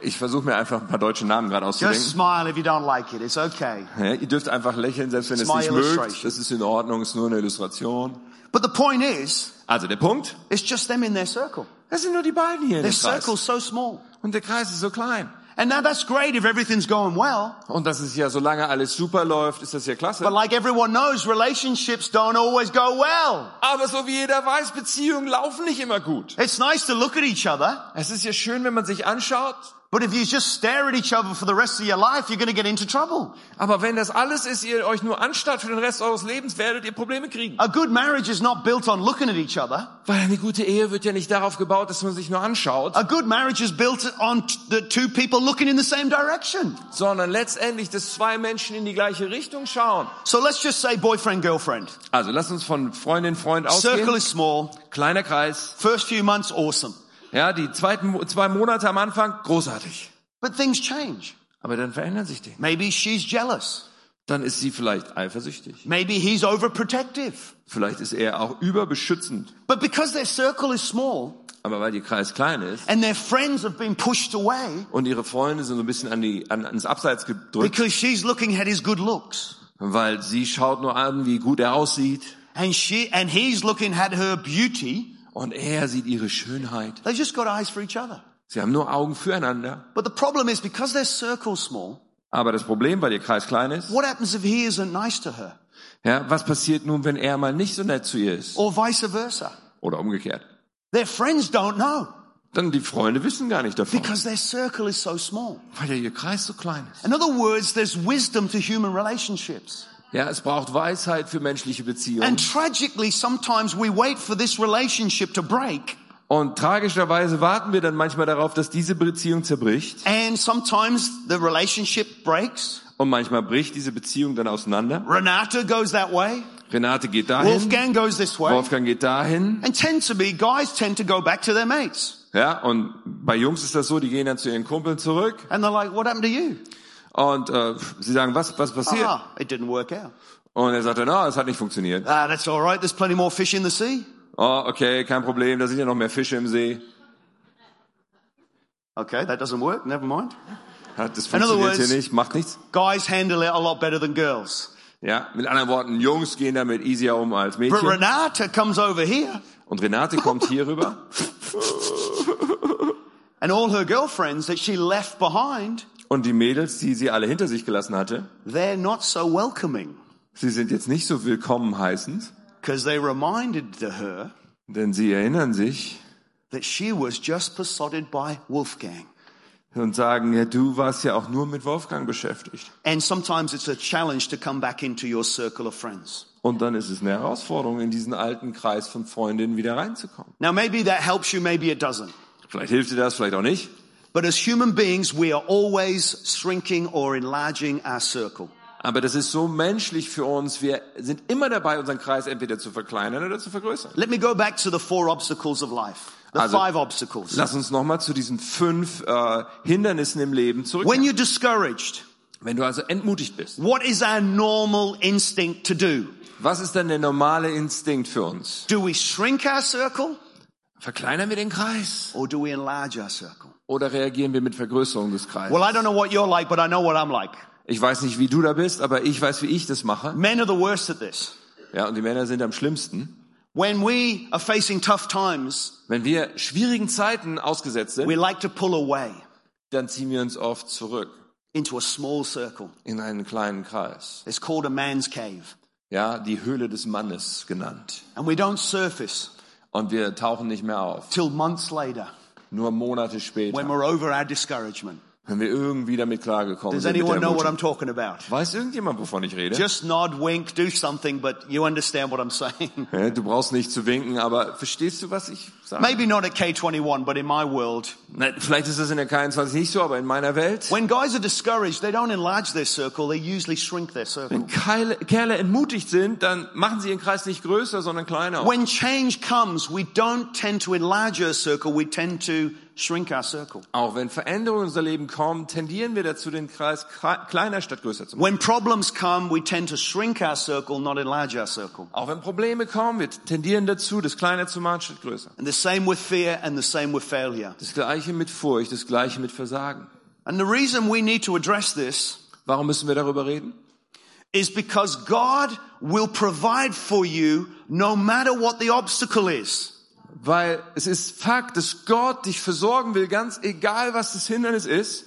A: Ich versuche mir einfach ein paar deutsche Namen gerade
B: Just
A: auszudenken.
B: smile if you don't like it. It's okay.
A: Ja, ihr dürft einfach lächeln, selbst wenn ihr es
B: my
A: nicht
B: illustration.
A: mögt. Das ist in Ordnung, ist nur eine Illustration.
B: But the point is,
A: Also der Punkt,
B: it's just them in their circle.
A: es sind nur die beiden hier in
B: Their
A: dem Kreis.
B: circle's so small.
A: Und der Kreis ist so klein.
B: And now that's great if everything's going well.
A: Und das ist ja, solange alles super läuft, ist das ja
B: But
A: klasse.
B: like everyone knows, relationships don't always go well.
A: Aber so wie jeder weiß, Beziehungen laufen nicht immer gut.
B: It's nice to look at each other,
A: Es ist ja schön, wenn man sich anschaut.
B: But if you just stare at each other for the rest of your life, you're going to get into trouble.
A: Aber wenn das alles ist, ihr euch nur anstarrt für den Rest eures Lebens, werdet ihr Probleme kriegen.
B: A good marriage is not built on looking at each other.
A: Weil eine gute Ehe wird ja nicht darauf gebaut, dass man sich nur anschaut.
B: A good marriage is built on t- the two people looking in the same direction.
A: sondern letztendlich, dass zwei Menschen in die gleiche Richtung schauen.
B: So let's just say boyfriend, girlfriend.
A: Also lass uns von Freundin, Freund
B: Circle
A: ausgehen.
B: is small.
A: Kleiner Kreis.
B: First few months, awesome.
A: Ja, die zweiten, Mo- zwei Monate am Anfang, großartig.
B: But things change.
A: Aber dann verändern sich die.
B: Maybe she's jealous.
A: Dann ist sie vielleicht eifersüchtig.
B: Maybe he's overprotective.
A: Vielleicht ist er auch überbeschützend.
B: But because their circle is small
A: Aber weil ihr Kreis klein ist
B: and their friends have been pushed away
A: und ihre Freunde sind so ein bisschen an die, an, ans Abseits gedrückt,
B: because she's looking at his good looks
A: weil sie schaut nur an, wie gut er aussieht
B: and she, and he's looking at her beauty,
A: und er sieht ihre Schönheit.
B: They just got eyes for each other.
A: Sie haben nur Augen füreinander.
B: But the problem is because their circle's small,
A: Aber das Problem, weil ihr Kreis klein ist,
B: what happens if he isn't nice to her?
A: ja, was passiert nun, wenn er mal nicht so nett zu ihr ist?
B: Or vice versa?
A: Oder umgekehrt.
B: Their friends don't know
A: Dann die Freunde wissen gar nicht davon,
B: because their circle is so small.
A: weil ja ihr Kreis so klein ist.
B: In other words, there's wisdom to human relationships.
A: Ja, es braucht Weisheit für menschliche Beziehungen.
B: And tragically, sometimes we wait for this relationship to break,
A: Und tragischerweise warten wir dann manchmal darauf, dass diese Beziehung zerbricht.
B: and sometimes the relationship breaks.
A: Und manchmal bricht diese Beziehung dann auseinander.
B: Renata goes that way,
A: Renate geht dahin,
B: Wolfgang goes this way,
A: Wolfgang geht dahin.
B: and tend to be guys tend to go back to their mates.
A: Ja, und bei Jungs ist das so, die gehen dann zu ihren Kumpeln zurück.
B: And they're like, what happened to you?
A: Und äh, sie sagen, was, was passiert?
B: Ah, it didn't work out.
A: Und er sagte, na, es hat nicht funktioniert.
B: Ah, that's all right. There's plenty more fish in the sea.
A: Oh, okay, kein Problem, da sind ja noch mehr Fische im See.
B: Okay, that doesn't work. Never mind.
A: Hat, das
B: In other
A: funktioniert hier
B: words-
A: nicht, macht nichts.
B: Guys handle it a lot better than girls.
A: Ja, mit anderen Worten, Jungs gehen damit easier um als
B: But
A: Mädchen.
B: Renata comes over here,
A: Und Renate kommt hier rüber
B: and all her girlfriends that she left behind,
A: und die Mädels, die sie alle hinter sich gelassen hatte,
B: they're not so welcoming
A: sie sind jetzt nicht so willkommen heißend,
B: because they reminded the- her
A: denn sie erinnern sich
B: that she was just besotted by Wolfgang.
A: und sagen, ja, du warst ja auch nur mit Wolfgang beschäftigt.
B: And sometimes it's a challenge to come back into your circle of friends.
A: Und dann ist es eine Herausforderung, in diesen alten Kreis von Freundinnen wieder reinzukommen.
B: Now, maybe that helps you, maybe it doesn't.
A: Vielleicht hilft dir das, vielleicht auch nicht.
B: But as human beings, we are always shrinking or enlarging our circle.
A: Aber das ist so menschlich für uns. Wir sind immer dabei, unseren Kreis entweder zu verkleinern oder zu vergrößern.
B: Let me go back to the four obstacles of life, the
A: Also-
B: five obstacles.
A: Lass uns nochmal zu diesen fünf äh, Hindernissen im Leben zurückkehren.
B: When you're discouraged,
A: Wenn du also entmutigt bist,
B: what is our normal instinct to do?
A: was ist dann der normale Instinkt für uns?
B: Do we shrink our circle
A: Verkleinern wir den Kreis
B: or do we enlarge our circle?
A: oder reagieren wir mit Vergrößerung des Kreises?
B: Well, I don't know what you're like, but I know what I'm like.
A: Ich weiß nicht, wie du da bist, aber ich weiß, wie ich das mache.
B: Men are the worst at this.
A: Ja, und die Männer sind am schlimmsten.
B: When we are facing tough times,
A: Wenn wir schwierigen Zeiten ausgesetzt
B: we
A: sind,
B: like to pull away
A: dann ziehen wir uns oft zurück
B: into a small circle.
A: in einen kleinen Kreis.
B: It's called a man's cave.
A: Ja, die Höhle des Mannes genannt.
B: And we don't surface
A: Und wir tauchen nicht mehr auf.
B: till months later
A: Nur Monate
B: when
A: später,
B: we're over our discouragement.
A: wenn wir irgendwie damit klargekommen
B: Does
A: sind. Mit der
B: anyone know what
A: Ermutigung.
B: I'm talking about?
A: Weiß irgendjemand, wovon ich rede?
B: Just nod, wink, do something, but you understand what I'm saying.
A: Ja, du brauchst nicht zu winken, aber verstehst du, was ich sage?
B: Maybe not at K21, but in my world,
A: Na, vielleicht ist das in der K21 nicht so, aber in meiner Welt.
B: when guys are discouraged, they don't enlarge their circle, they usually shrink their circle.
A: Wenn Keile, Kerle entmutigt sind, dann machen sie ihren Kreis nicht größer, sondern kleiner.
B: When change comes, we don't tend to enlarge our circle, we tend to shrink our circle.
A: Auch wenn Veränderungen in unser Leben kommen, tendieren wir dazu, den Kreis kra- kleiner statt größer zu machen.
B: When problems come, we tend to shrink our circle, not enlarge our circle.
A: Auch wenn Probleme kommen, wir tendieren dazu, das kleiner zu machen statt größer.
B: And the same with fear and the same with failure.
A: Das gleiche mit Furcht, das gleiche mit Versagen.
B: And the reason we need to address this
A: Warum müssen wir darüber reden?
B: is because God will provide for you no matter what the obstacle is.
A: Weil es ist Fakt, dass Gott dich versorgen will, ganz egal, was das Hindernis ist.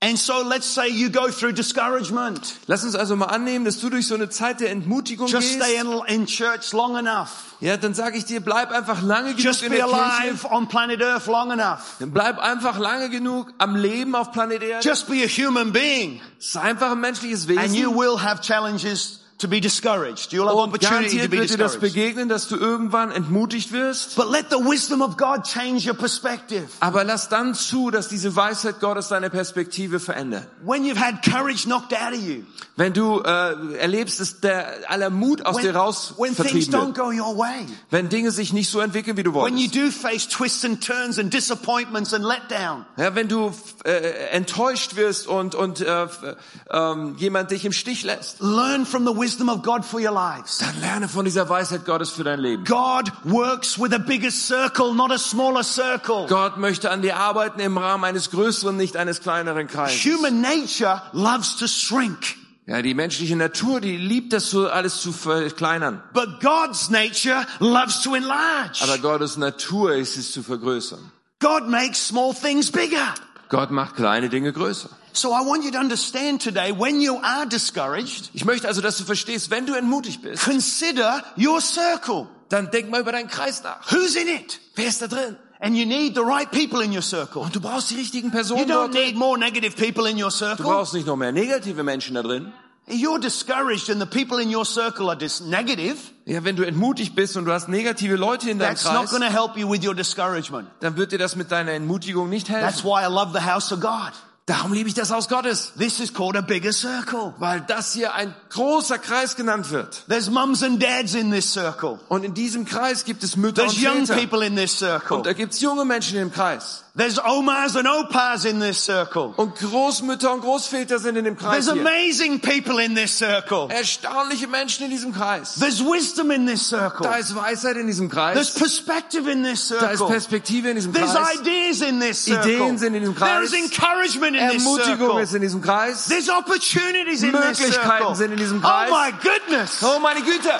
B: And so let's say you go through discouragement.
A: Lass uns also mal annehmen, dass du durch so eine Zeit der Entmutigung
B: Just
A: gehst.
B: stay in, in church long enough.
A: Ja, dann sage ich dir, bleib einfach lange genug
B: Just
A: in
B: be
A: der
B: alive
A: Kirche.
B: on planet Earth long enough.
A: Dann bleib einfach lange genug am Leben auf Planet Erde.
B: Just be a human being
A: Sei einfach ein menschliches
B: and you
A: Wesen.
B: will have challenges to be discouraged. You'll have
A: Und
B: opportunity to
A: garantiert
B: be
A: wird dir das
B: discouraged.
A: begegnen, dass du irgendwann entmutigt wirst.
B: But let the wisdom of God change your perspective.
A: Aber lass dann zu, dass diese Weisheit Gottes deine Perspektive verändert.
B: When you've had courage knocked out of you,
A: Wenn du äh, erlebst, dass der aller Mut aus
B: when,
A: dir raus
B: when things
A: vertrieben
B: don't
A: wird,
B: go your way,
A: wenn Dinge sich nicht so entwickeln, wie du
B: when you
A: wolltest,
B: do face twists and turns and disappointments and letdown,
A: ja, wenn du äh, enttäuscht wirst und und äh, f- ähm, jemand dich im Stich lässt,
B: learn from the wisdom of God for your lives.
A: dann lerne von dieser Weisheit Gottes für dein Leben.
B: God works with a bigger circle, not a smaller circle.
A: Gott möchte an dir arbeiten im Rahmen eines größeren, nicht eines kleineren Kreises.
B: Human nature loves to shrink,
A: Ja, die menschliche Natur, die liebt das so alles zu verkleinern.
B: but God's nature loves to enlarge.
A: Aber Gottes Natur ist es zu vergrößern.
B: God makes small things bigger.
A: Gott macht kleine Dinge größer.
B: So I want you to understand today when you are discouraged,
A: Ich möchte also, dass du verstehst, wenn du entmutigt bist,
B: consider your circle.
A: dann denk mal über deinen Kreis nach.
B: Who's in it?
A: Wer ist da drin?
B: And you need the right people in your circle.
A: Und du brauchst die richtigen
B: You
A: Personen
B: don't
A: dort.
B: need more negative people in your
A: Du
B: circle.
A: brauchst nicht noch mehr negative Menschen da drin.
B: You're discouraged and the people in your circle are dis- negative.
A: Ja, wenn du entmutigt bist und du hast negative Leute in deinem
B: That's not
A: Kreis,
B: going to help you with your discouragement.
A: dann wird dir das mit deiner Entmutigung nicht
B: That's
A: helfen.
B: why I love the house of God.
A: Darum liebe ich das Haus Gottes,
B: This is called a bigger circle.
A: weil das hier ein großer Kreis genannt wird.
B: There's mums and dads in this circle.
A: Und in diesem Kreis gibt es Mütter
B: There's young
A: und Väter.
B: people in this circle.
A: Und da gibt's junge Menschen im Kreis.
B: There's Omars and Opas in this circle.
A: Und Großmütter und Großväter sind in dem Kreis
B: There's
A: hier.
B: amazing people in this circle.
A: Erstaunliche Menschen in diesem Kreis.
B: There's wisdom in this circle.
A: Da ist Weisheit in diesem
B: There's
A: Kreis.
B: perspective in this
A: Da ist
B: circle.
A: Perspektive in diesem
B: There's
A: Kreis.
B: ideas in this circle.
A: Ideen sind in diesem
B: There is
A: Kreis.
B: encouragement in this
A: Ermutigung
B: circle.
A: ist in diesem Kreis.
B: There's opportunities in this
A: Möglichkeiten
B: circle.
A: sind in diesem
B: Oh
A: Kreis.
B: my goodness.
A: Oh meine Güte,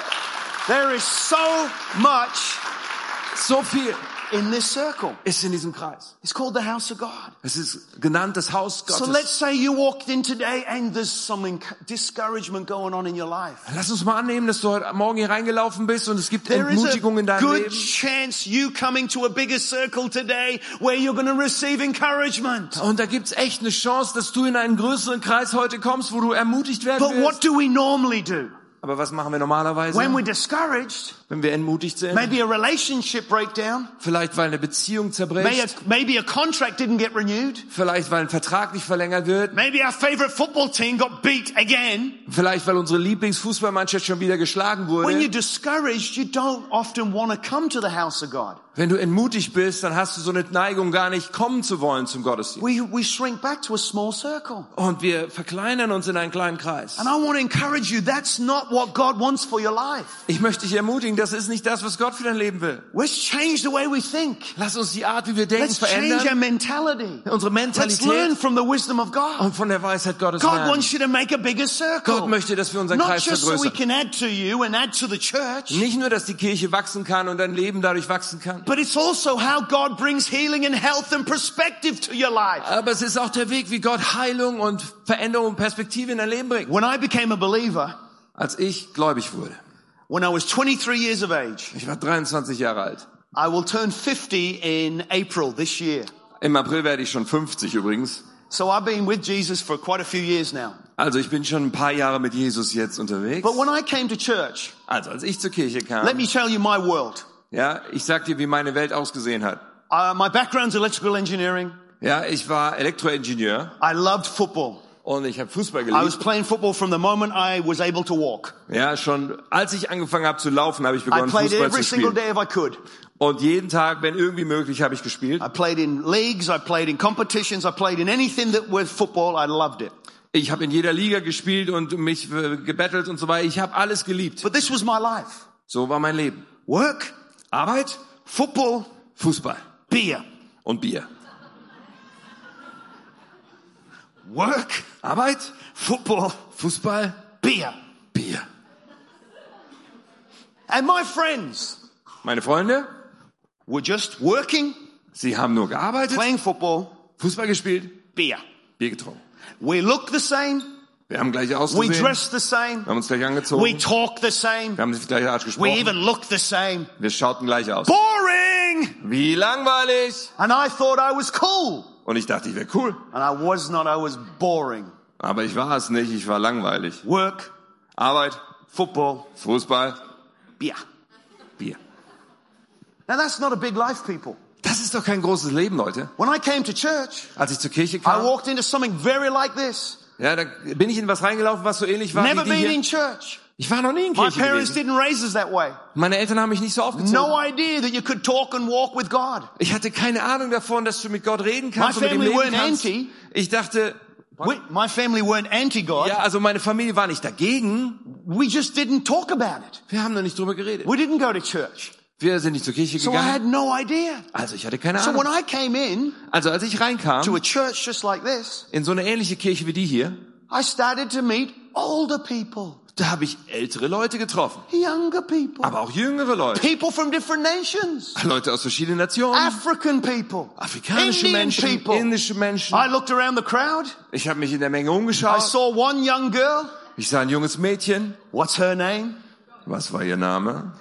B: There is so much
A: so viel
B: in this circle.
A: ist in diesem Kreis.
B: It's called the house of God.
A: Es ist genannt das Haus
B: So let's
A: Gottes.
B: say you walked in today and there's some enc- discouragement going on in your life.
A: Lass uns mal annehmen, dass du heute Morgen hier reingelaufen bist und es gibt
B: There is a
A: Entmutigung in deinem
B: good
A: Leben.
B: chance you coming to a bigger circle today where you're going to receive encouragement.
A: Und da gibt's echt eine Chance, dass du in einen größeren Kreis heute kommst, wo du ermutigt werden
B: But what
A: wirst.
B: do we normally do?
A: Aber was machen wir normalerweise,
B: When we're discouraged,
A: wenn wir entmutigt sind?
B: maybe a relationship breakdown,
A: Vielleicht, weil eine Beziehung
B: may a,
A: zerbricht.
B: maybe a contract didn't get renewed,
A: Vielleicht, weil ein Vertrag nicht verlängert wird.
B: maybe our favorite football team got beat again.
A: Vielleicht, weil unsere Lieblingsfußballmannschaft schon wieder geschlagen
B: When you're
A: wurde.
B: discouraged, you don't often want to come to the house of God.
A: Wenn du entmutigt bist, dann hast du so eine Neigung, gar nicht kommen zu wollen zum Gottesdienst.
B: We, we shrink back to a small circle.
A: Und wir verkleinern uns in einen kleinen Kreis.
B: And I want to encourage you, that's not what God wants for your life.
A: Ich möchte dich ermutigen, das ist nicht das, was Gott für dein Leben will.
B: Let's change the way we think.
A: Lass uns die Art, wie wir denken,
B: Let's change our
A: verändern.
B: mentality.
A: Unsere
B: Let's learn
A: Mentalität
B: from the wisdom of God.
A: und von der Weisheit Gottes
B: God
A: lernen.
B: wants you to make a bigger circle.
A: Gott möchte, dass wir unseren
B: Not
A: Kreis
B: just so we
A: vergrößern.
B: can add to you and add to the church,
A: Nicht nur, dass die Kirche wachsen kann und dein Leben dadurch wachsen kann,
B: but it's also how God brings healing and health and perspective to your life.
A: aber es ist auch der Weg, wie Gott Heilung und Veränderung und Perspektive in dein Leben bringt.
B: When I became a believer,
A: Als ich gläubig wurde,
B: when I was 23 years of age,
A: ich war 23 Jahre alt.
B: I will turn 50 in April this year.
A: Im April werde ich schon 50 übrigens.
B: So I've been with Jesus for quite a few years now.
A: Also ich bin schon ein paar Jahre mit Jesus jetzt unterwegs.
B: But when I came to church,
A: Also als ich zur Kirche
B: Let
A: kam,
B: me tell you my world.
A: ja, ich sag dir, wie meine Welt ausgesehen hat.
B: Uh, my background's electrical engineering.
A: Ja, ich war Elektroingenieur
B: I loved football.
A: und ich habe Fußball
B: I was
A: geliebt.
B: playing football from the moment I was able to walk.
A: Ja, schon als ich angefangen habe zu laufen, habe ich
B: I
A: begonnen
B: played
A: Fußball
B: every
A: zu
B: single
A: spielen.
B: day if I could.
A: Und jeden Tag, wenn irgendwie möglich, habe ich gespielt.
B: I played in leagues, I played in competitions, I played in anything that was football, I loved it.
A: Ich habe in jeder Liga gespielt und mich äh, gebettelt und so weiter. Ich habe alles geliebt.
B: But this was my life.
A: So war mein Leben.
B: Work,
A: Arbeit,
B: football,
A: Fußball
B: beer.
A: und Bier.
B: Work,
A: Arbeit,
B: football,
A: Fußball,
B: beer.
A: Bier.
B: And my friends
A: Meine Freunde,
B: were just working,
A: sie haben nur gearbeitet,
B: playing football,
A: Fußball gespielt,
B: beer.
A: Bier getrunken.
B: We look the same,
A: Wir haben gleich
B: we
A: ausgesehen, wir
B: dress the same,
A: haben uns gleich angezogen,
B: we
A: wir
B: talk the same,
A: haben gleich Arsch
B: we
A: gesprochen,
B: even look the same.
A: wir schauten gleich aus.
B: boring.
A: Wie langweilig!
B: And I thought I was cool.
A: Und ich dachte, ich wäre cool.
B: And I was not, I was boring.
A: Aber ich war es nicht, ich war langweilig.
B: Work,
A: Arbeit,
B: football,
A: Fußball,
B: beer.
A: Bier.
B: Now that's not a big life, people.
A: Das ist doch kein großes Leben, Leute.
B: When I came to church,
A: Als ich zur Kirche
B: I
A: kam,
B: walked into something very like this.
A: ja, da bin ich in was reingelaufen, was so ähnlich war
B: Never
A: wie die
B: been
A: hier.
B: in church.
A: Ich war noch nie in
B: My
A: Kirche
B: parents
A: gewesen.
B: didn't raise us that way.
A: Meine Eltern haben mich nicht so aufgezogen.
B: No idea that you could talk and walk with God.
A: Ich hatte keine Ahnung davon, dass du mit Gott reden kannst
B: My
A: und mit ihm
B: family
A: leben
B: weren't
A: kannst.
B: anti.
A: Ich dachte,
B: We, my family weren't anti-God.
A: ja, also meine Familie war nicht dagegen.
B: We just didn't talk about it.
A: Wir haben noch nicht drüber geredet.
B: We didn't go to church.
A: Wir sind nicht zur Kirche
B: So I had
A: gegangen.
B: no idea.
A: Also ich hatte keine
B: So when
A: Ahnung.
B: I came in
A: Also als ich
B: to
A: reinkam,
B: a church just like this,
A: in so eine ähnliche Kirche wie die hier,
B: I started to meet older people,
A: da habe ich ältere Leute getroffen.
B: younger people,
A: Aber auch jüngere Leute.
B: people from different nations,
A: Leute aus verschiedenen
B: Ah,
A: Nationen.
B: African people,
A: Uh-huh. Afrikanische
B: Indian
A: Menschen,
B: people.
A: indische Menschen.
B: I looked around the crowd.
A: Ich habe mich in der Menge
B: I
A: umgeschaut.
B: saw one young girl.
A: Ich sah ein junges Mädchen.
B: What's her name?
A: Was war ihr Name?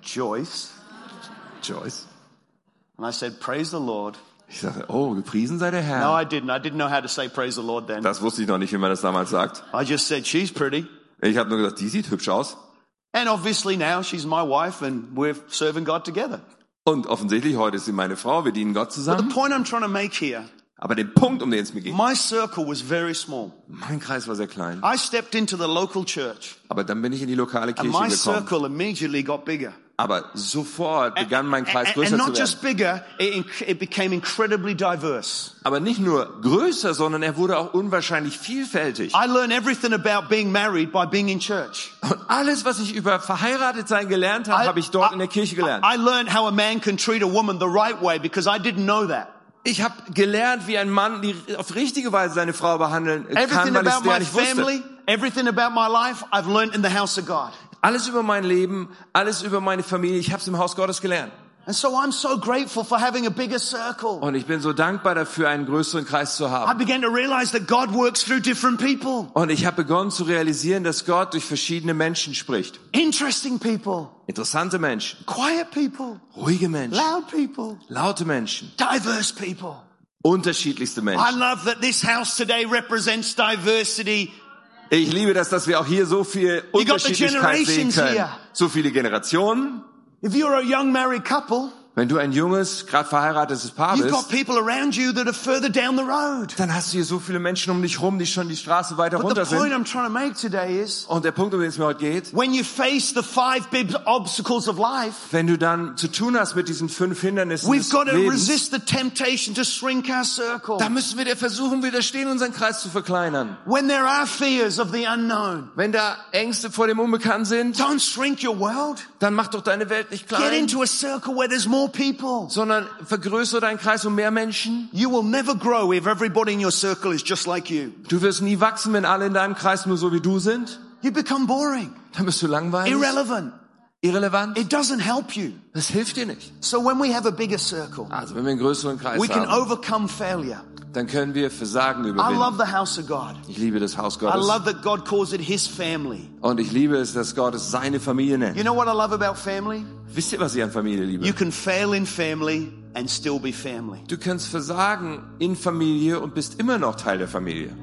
B: Joyce.
A: Joyce.
B: And I said, Praise the Lord.
A: Ich sagte, oh, gepriesen sei der
B: No,
A: Herr.
B: I didn't. I didn't know how to say praise the Lord then.
A: Das wusste ich noch nicht, wie man das damals sagt.
B: I just said, She's pretty.
A: Ich habe nur gesagt, die sieht hübsch aus.
B: And obviously now she's my wife and we're serving God together.
A: Und offensichtlich, heute ist sie meine Frau, wir dienen Gott
B: The
A: zusammen.
B: point I'm trying to make here,
A: Aber den Punkt, um den es mir ging,
B: my circle was very small.
A: mein Kreis war sehr klein.
B: I stepped into the local church
A: Aber dann bin ich in die lokale
B: and
A: Kirche
B: my
A: gekommen.
B: circle immediately got bigger.
A: Aber sofort begann mein Kreis
B: And, and
A: größer
B: not
A: zu werden.
B: just bigger, it, inc- it became incredibly diverse.
A: Aber nicht nur größer, sondern er wurde auch unwahrscheinlich vielfältig.
B: I learned everything about being married by being in church.
A: Und alles, was ich über verheiratet sein gelernt habe,
B: I-
A: habe ich dort
B: I-
A: in der Kirche gelernt.
B: I I learned how a man can treat a woman the right way because I didn't know that.
A: Ich habe gelernt, wie ein Mann die auf richtige Weise seine Frau behandeln kann,
B: Everything
A: weil ich es
B: about
A: gar
B: my
A: nicht wusste.
B: family, everything about my life, I've learned in the house of God.
A: Alles über mein Leben, alles über meine Familie, ich habe es im Haus Gottes gelernt.
B: And so I'm so grateful for having a bigger circle.
A: Und ich bin so dankbar dafür, einen größeren Kreis zu
B: I
A: haben.
B: began to realize that God works through different people,
A: Und ich habe begonnen zu realisieren, dass Gott durch verschiedene Menschen spricht.
B: interesting people,
A: Interessante Menschen,
B: quiet people,
A: ruhige Menschen,
B: loud people,
A: laute Menschen,
B: diverse people.
A: unterschiedlichste
B: I
A: Menschen.
B: love that this house today represents diversity.
A: Ich liebe das, dass wir auch hier so viel
B: got the
A: Unterschiedlichkeit sehen
B: generations
A: können.
B: here.
A: So viele Generationen.
B: If you're a young married couple,
A: Wenn du ein junges, gerade verheiratetes Paar
B: you've got
A: bist,
B: people around you that are further down the road.
A: dann hast du hier so viele Menschen um dich rum, die schon die Straße weiter
B: But
A: runter
B: the point
A: sind.
B: I'm trying to make today is
A: Und der Punkt, um den es mir heute geht,
B: when you face the five big obstacles of life,
A: wenn du dann zu tun hast mit diesen fünf Hindernissen
B: we've
A: des
B: got to
A: Lebens,
B: resist the temptation to shrink our circle.
A: dann müssen wir der Versuchung widerstehen, unseren Kreis zu verkleinern.
B: When there are fears of the unknown,
A: Wenn da Ängste vor dem Unbekannten sind,
B: don't shrink your world.
A: dann mach doch deine Welt nicht
B: Get
A: klein,
B: into a circle where there's more people.
A: sondern vergrößere deinen Kreis um mehr Menschen.
B: You will never grow if everybody in your circle is just like you.
A: Du wirst nie wachsen, wenn alle in deinem Kreis nur so wie du sind.
B: You become boring,
A: Dann bist du langweilig,
B: irrelevant.
A: irrelevant.
B: It doesn't help you.
A: Das hilft dir nicht.
B: So when we have a bigger circle,
A: Also, wenn wir einen größeren Kreis
B: we can
A: haben,
B: overcome failure.
A: dann können wir Versagen
B: I love
A: überwinden.
B: the house of God.
A: Ich liebe das Haus
B: I
A: Gottes.
B: love that God calls it his family.
A: Und ich liebe es, dass Gott es seine Familie nennt.
B: You know what I love about family?
A: Wisst ihr, was ich an Familie
B: You
A: liebe?
B: can fail in family and still be family.
A: Du kannst versagen in Familie und bist immer noch Teil der Familie.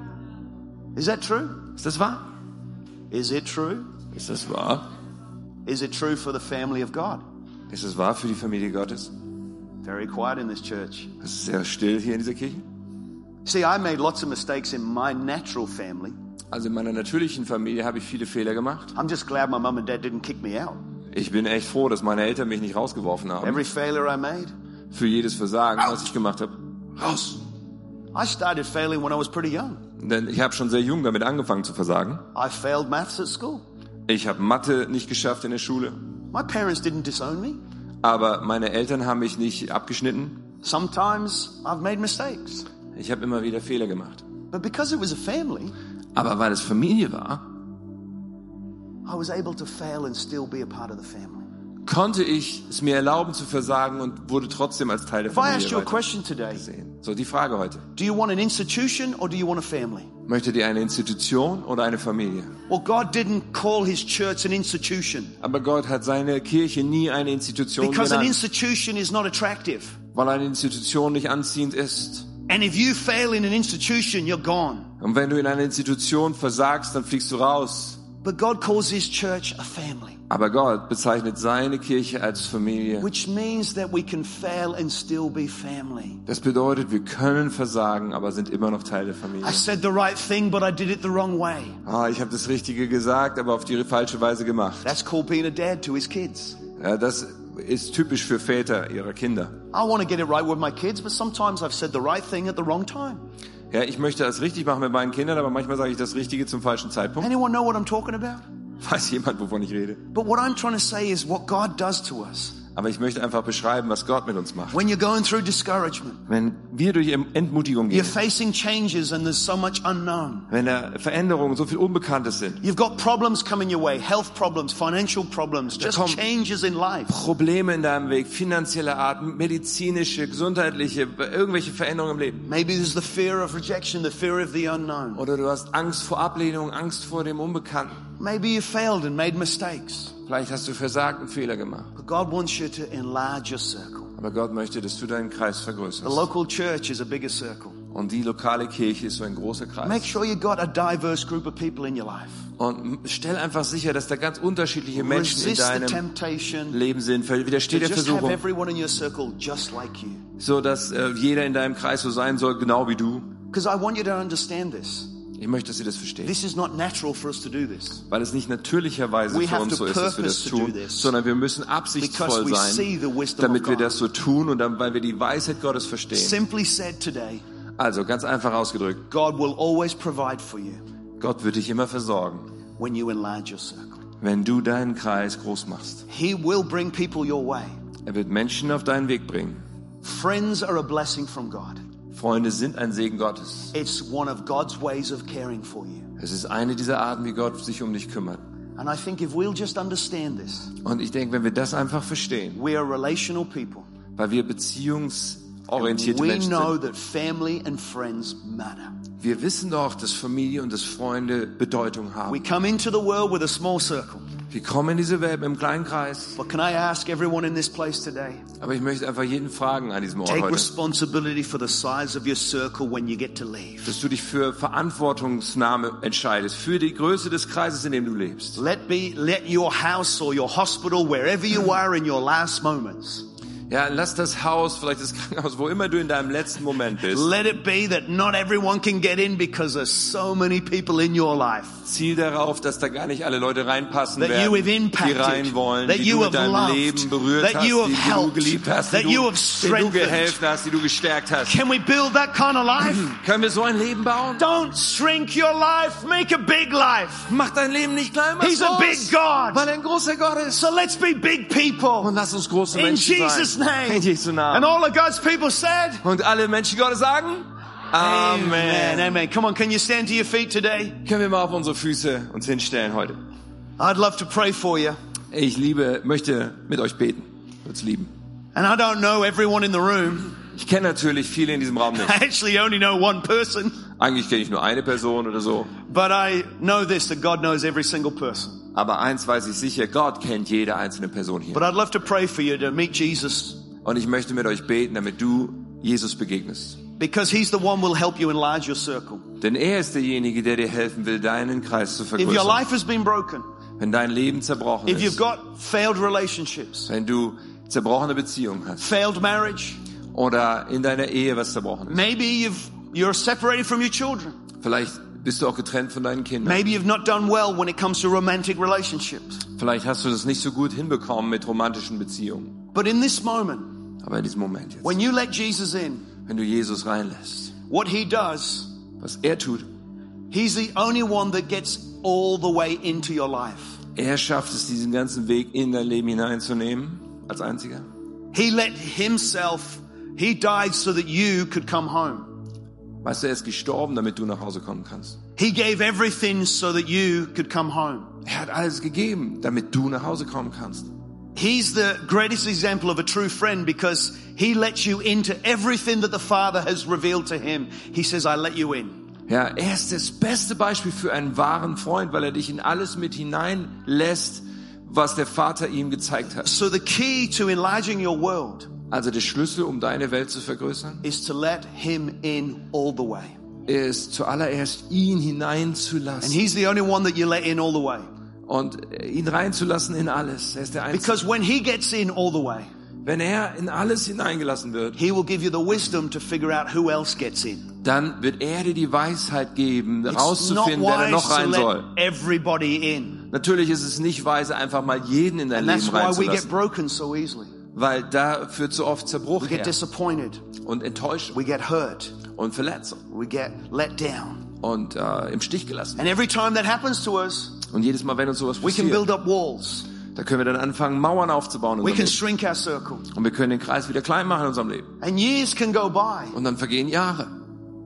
B: Is that true?
A: Ist das wahr?
B: Is it true?
A: Ist das wahr?
B: Is it true for the family of God?
A: Ist das wahr für die Familie Gottes?
B: Very quiet in this church.
A: Es ist sehr still hier in dieser Kirche.
B: See, I made lots of mistakes in my natural family.
A: Also in meiner natürlichen Familie habe ich viele Fehler gemacht.
B: I'm just glad my mum and dad didn't kick me out.
A: Ich bin echt froh, dass meine Eltern mich nicht rausgeworfen haben.
B: Every failure I made,
A: Für jedes Versagen, was ich gemacht habe. Raus!
B: I started failing when I was pretty young.
A: Denn ich habe schon sehr jung damit angefangen zu versagen.
B: I failed maths at school.
A: Ich habe Mathe nicht geschafft in der Schule.
B: My parents didn't disown me.
A: Aber meine Eltern haben mich nicht abgeschnitten.
B: Sometimes I've made mistakes.
A: Ich habe immer wieder Fehler gemacht.
B: But because it was a family,
A: Aber weil es Familie war,
B: I was able to fail and still be a part of the family.
A: konnte ich es mir erlauben zu versagen und wurde trotzdem als Teil der
B: If I asked
A: Familie
B: you a
A: weiter
B: question today,
A: gesehen. So, die Frage heute.
B: do you want an institution or do you want a family?
A: Möchtet ihr eine Institution oder eine Familie?
B: Well, God didn't call his church an institution
A: Aber Gott hat seine Kirche nie eine Institution
B: because an
A: genannt,
B: institution is not attractive.
A: weil eine Institution nicht anziehend ist.
B: And if you fail in an institution, you're gone.
A: Und wenn du in einer Institution versagst, dann fliegst du raus.
B: But God calls his church a family,
A: Aber Gott bezeichnet seine Kirche als Familie.
B: which means that we can fail and still be family.
A: Das bedeutet, wir können versagen, aber sind immer noch Teil der
B: I
A: Familie.
B: said the right thing, but I did it the wrong way.
A: Ah, ich habe das Richtige gesagt, aber auf die falsche Weise gemacht.
B: That's called being a dad to his kids.
A: Ja, das ist typisch für Väter ihrer Kinder.
B: I want to get it right with my kids, but sometimes I've said the right thing at the wrong time.
A: Ja, ich möchte das richtig machen mit meinen Kindern, aber manchmal sage ich das Richtige zum falschen Zeitpunkt.
B: Anyone know what I'm talking about?
A: Weiß jemand, wovon ich rede?
B: But what I'm trying to say is what God does to us.
A: Aber ich möchte einfach beschreiben, was Gott mit uns macht.
B: When you're going through discouragement,
A: Wenn wir durch Entmutigung
B: you're
A: gehen,
B: facing changes and there's so much unknown.
A: wenn da Veränderungen so viel Unbekanntes sind,
B: You've got problems coming your way, health problems, financial problems, just
A: kommen-
B: changes in life.
A: Probleme in deinem Weg, finanzielle Art, medizinische, gesundheitliche, irgendwelche Veränderungen im Leben.
B: Maybe there's the fear of rejection, the fear of the unknown.
A: Oder du hast Angst vor Ablehnung, Angst vor dem Unbekannten.
B: Maybe you failed and made mistakes.
A: Vielleicht hast du versagt und Fehler gemacht.
B: But God wants you to enlarge your circle.
A: Aber Gott möchte, dass du deinen Kreis
B: The
A: vergrößerst.
B: local church is a bigger circle.
A: Und die lokale Kirche ist so ein großer
B: Make
A: Kreis.
B: sure you got a diverse group of people in your life.
A: Und stell einfach sicher, dass da ganz unterschiedliche Menschen in
B: Resist the
A: deinem
B: temptation
A: Leben sind.
B: to
A: Widersteht der
B: just have
A: Versuchung,
B: everyone in your circle just like you.
A: so dass äh, jeder in deinem Kreis so sein soll, genau wie du.
B: Because I want you to understand this.
A: Ich möchte, dass ihr das versteht.
B: This is not natural for us to do this
A: Weil es nicht natürlicherweise
B: We
A: für
B: have
A: uns so
B: to
A: ist, dass wir das
B: purpose to do
A: tun,
B: this.
A: sondern wir müssen
B: because
A: absichtsvoll
B: we see
A: sein,
B: the wisdom of
A: damit wir
B: God.
A: das so tun und dann, weil wir die Weisheit Gottes verstehen.
B: Simply said today,
A: Also ganz einfach ausgedrückt,
B: God will always provide for you
A: Gott wird dich immer versorgen,
B: when you enlarge your circle.
A: wenn du deinen Kreis groß machst.
B: He will bring people your way.
A: Er wird Menschen auf deinen Weg bringen.
B: Friends are a blessing from God.
A: Freunde sind ein Segen Gottes.
B: It's one of God's ways of caring for you.
A: Es ist eine dieser Arten, wie Gott sich um dich kümmert.
B: And I think if we'll just understand this,
A: Und ich denke, wenn wir das einfach verstehen,
B: we are relational people.
A: weil wir beziehungsorientierte
B: We
A: Menschen
B: know
A: sind,
B: that family and friends matter.
A: wir wissen doch, dass Familie und dass Freunde Bedeutung
B: We
A: haben.
B: come into the world with a small circle.
A: Wir kommen in diese Welt im kleinen Kreis,
B: But can I ask everyone in this place today,
A: aber ich möchte einfach jeden fragen an diesem Ort
B: take
A: heute,
B: responsibility for the size of your circle when you get to leave.
A: dass du dich für Verantwortungsnahme entscheidest, für die Größe des Kreises, in dem du lebst.
B: Let be let your house or your hospital, wherever you are in your last moments,
A: Ja, lass das Haus, vielleicht das Krankenhaus, wo immer du in deinem letzten Moment bist,
B: let it be that not everyone can get in because there's so many people in your life.
A: Ziel darauf, dass da gar nicht alle Leute reinpassen
B: That you have
A: werden, die
B: impacted,
A: rein wollen,
B: that
A: die
B: you
A: du
B: have
A: mit deinem
B: loved,
A: Leben berührt
B: that
A: hast,
B: you
A: die
B: have
A: du
B: helped,
A: geliebt hast, die
B: that you
A: du, denen
B: have
A: du
B: strengthened.
A: geholfen hast, die du gestärkt hast.
B: Can we build that kind of life?
A: Können wir so ein Leben bauen?
B: Don't shrink your life, make a big life.
A: Mach dein Leben nicht klein, mach
B: He's a
A: groß,
B: big God.
A: weil er ein großer Gott ist.
B: So let's be big people
A: Und lass uns große
B: in
A: Menschen
B: Jesus'
A: sein.
B: name.
A: In Jesu
B: And
A: Namen.
B: all of God's people said,
A: Und alle Menschen Gottes sagen, Amen.
B: Amen. Amen. Come on, can you stand to your feet today?
A: Können wir mal auf unsere Füße uns hinstellen heute?
B: I'd love to pray for you.
A: Ich liebe, möchte mit euch beten. Uns lieben.
B: And I don't know everyone in the room.
A: Ich kenne natürlich viele in diesem Raum nicht.
B: I actually only know one person,
A: Eigentlich kenne ich nur eine Person oder so.
B: but I know this that God knows every single person.
A: Aber eins weiß ich sicher, Gott kennt jede einzelne Person hier.
B: But I'd love to pray for you to meet Jesus
A: Und ich möchte mit euch beten, damit du Jesus begegnest.
B: because he's the one who will help you enlarge your circle.
A: Denn er ist derjenige, der dir helfen will, deinen Kreis zu
B: If your
A: vergrößern.
B: life has been broken,
A: Wenn dein Leben zerbrochen
B: if you've
A: ist,
B: got failed relationships,
A: wenn du zerbrochene Beziehungen hast
B: failed marriage,
A: oder in deiner Ehe was zerbrochen ist.
B: maybe you've you're separated from your children.
A: Vielleicht bist du auch getrennt von deinen Kindern.
B: Maybe you've not done well when it comes to romantic relationships.
A: Vielleicht hast du das nicht so gut hinbekommen mit romantischen Beziehungen.
B: But in this moment,
A: Aber in diesem Moment jetzt,
B: when you let Jesus in,
A: wenn du Jesus reinlässt,
B: what he does,
A: was er tut,
B: he's the only one that gets all the way into your life.
A: er schafft es, diesen ganzen Weg in dein Leben hineinzunehmen, als einziger.
B: He let himself, he died so that you could come home.
A: Weißt du, er ist gestorben, damit du nach Hause kommen kannst.
B: He gave everything so that you could come home.
A: Er hat alles gegeben, damit du nach Hause kommen kannst.
B: He's the greatest example of a true friend because he lets you into everything that the Father has revealed to him. He says, I let you in.
A: Ja, er ist das beste Beispiel für einen wahren Freund, weil er dich in alles mit hineinlässt, was der Vater ihm gezeigt hat.
B: So the key to enlarging your world
A: Also der Schlüssel, um deine Welt zu vergrößern,
B: is to let him in all the way.
A: ist zuallererst ihn
B: And
A: hineinzulassen
B: he's the only one that you let in all the way.
A: und äh, ihn reinzulassen in alles. Er ist der Einzige.
B: Because when he gets in all the way,
A: Wenn er in alles hineingelassen wird,
B: he will give you the wisdom to figure out who else gets in.
A: dann wird er dir die Weisheit geben,
B: It's not
A: rauszufinden, wer da
B: wise
A: noch
B: to
A: rein soll.
B: let everybody in.
A: Natürlich ist es nicht weise, einfach mal jeden in dein
B: And that's
A: Leben
B: why we get
A: reinzulassen,
B: broken so easily.
A: weil da führt zu oft Zerbruch
B: We get
A: her
B: disappointed.
A: und Enttäuschung
B: We get hurt.
A: und Verletzung
B: We get let down.
A: und äh, im Stich gelassen.
B: And every time that happens to us,
A: Und jedes Mal, wenn uns sowas
B: we can
A: passiert,
B: build up walls.
A: da können wir dann anfangen, Mauern aufzubauen in
B: We can
A: unserem Leben.
B: shrink our circle.
A: Und wir können den Kreis wieder klein machen in unserem Leben.
B: And years can go by.
A: Und dann vergehen Jahre.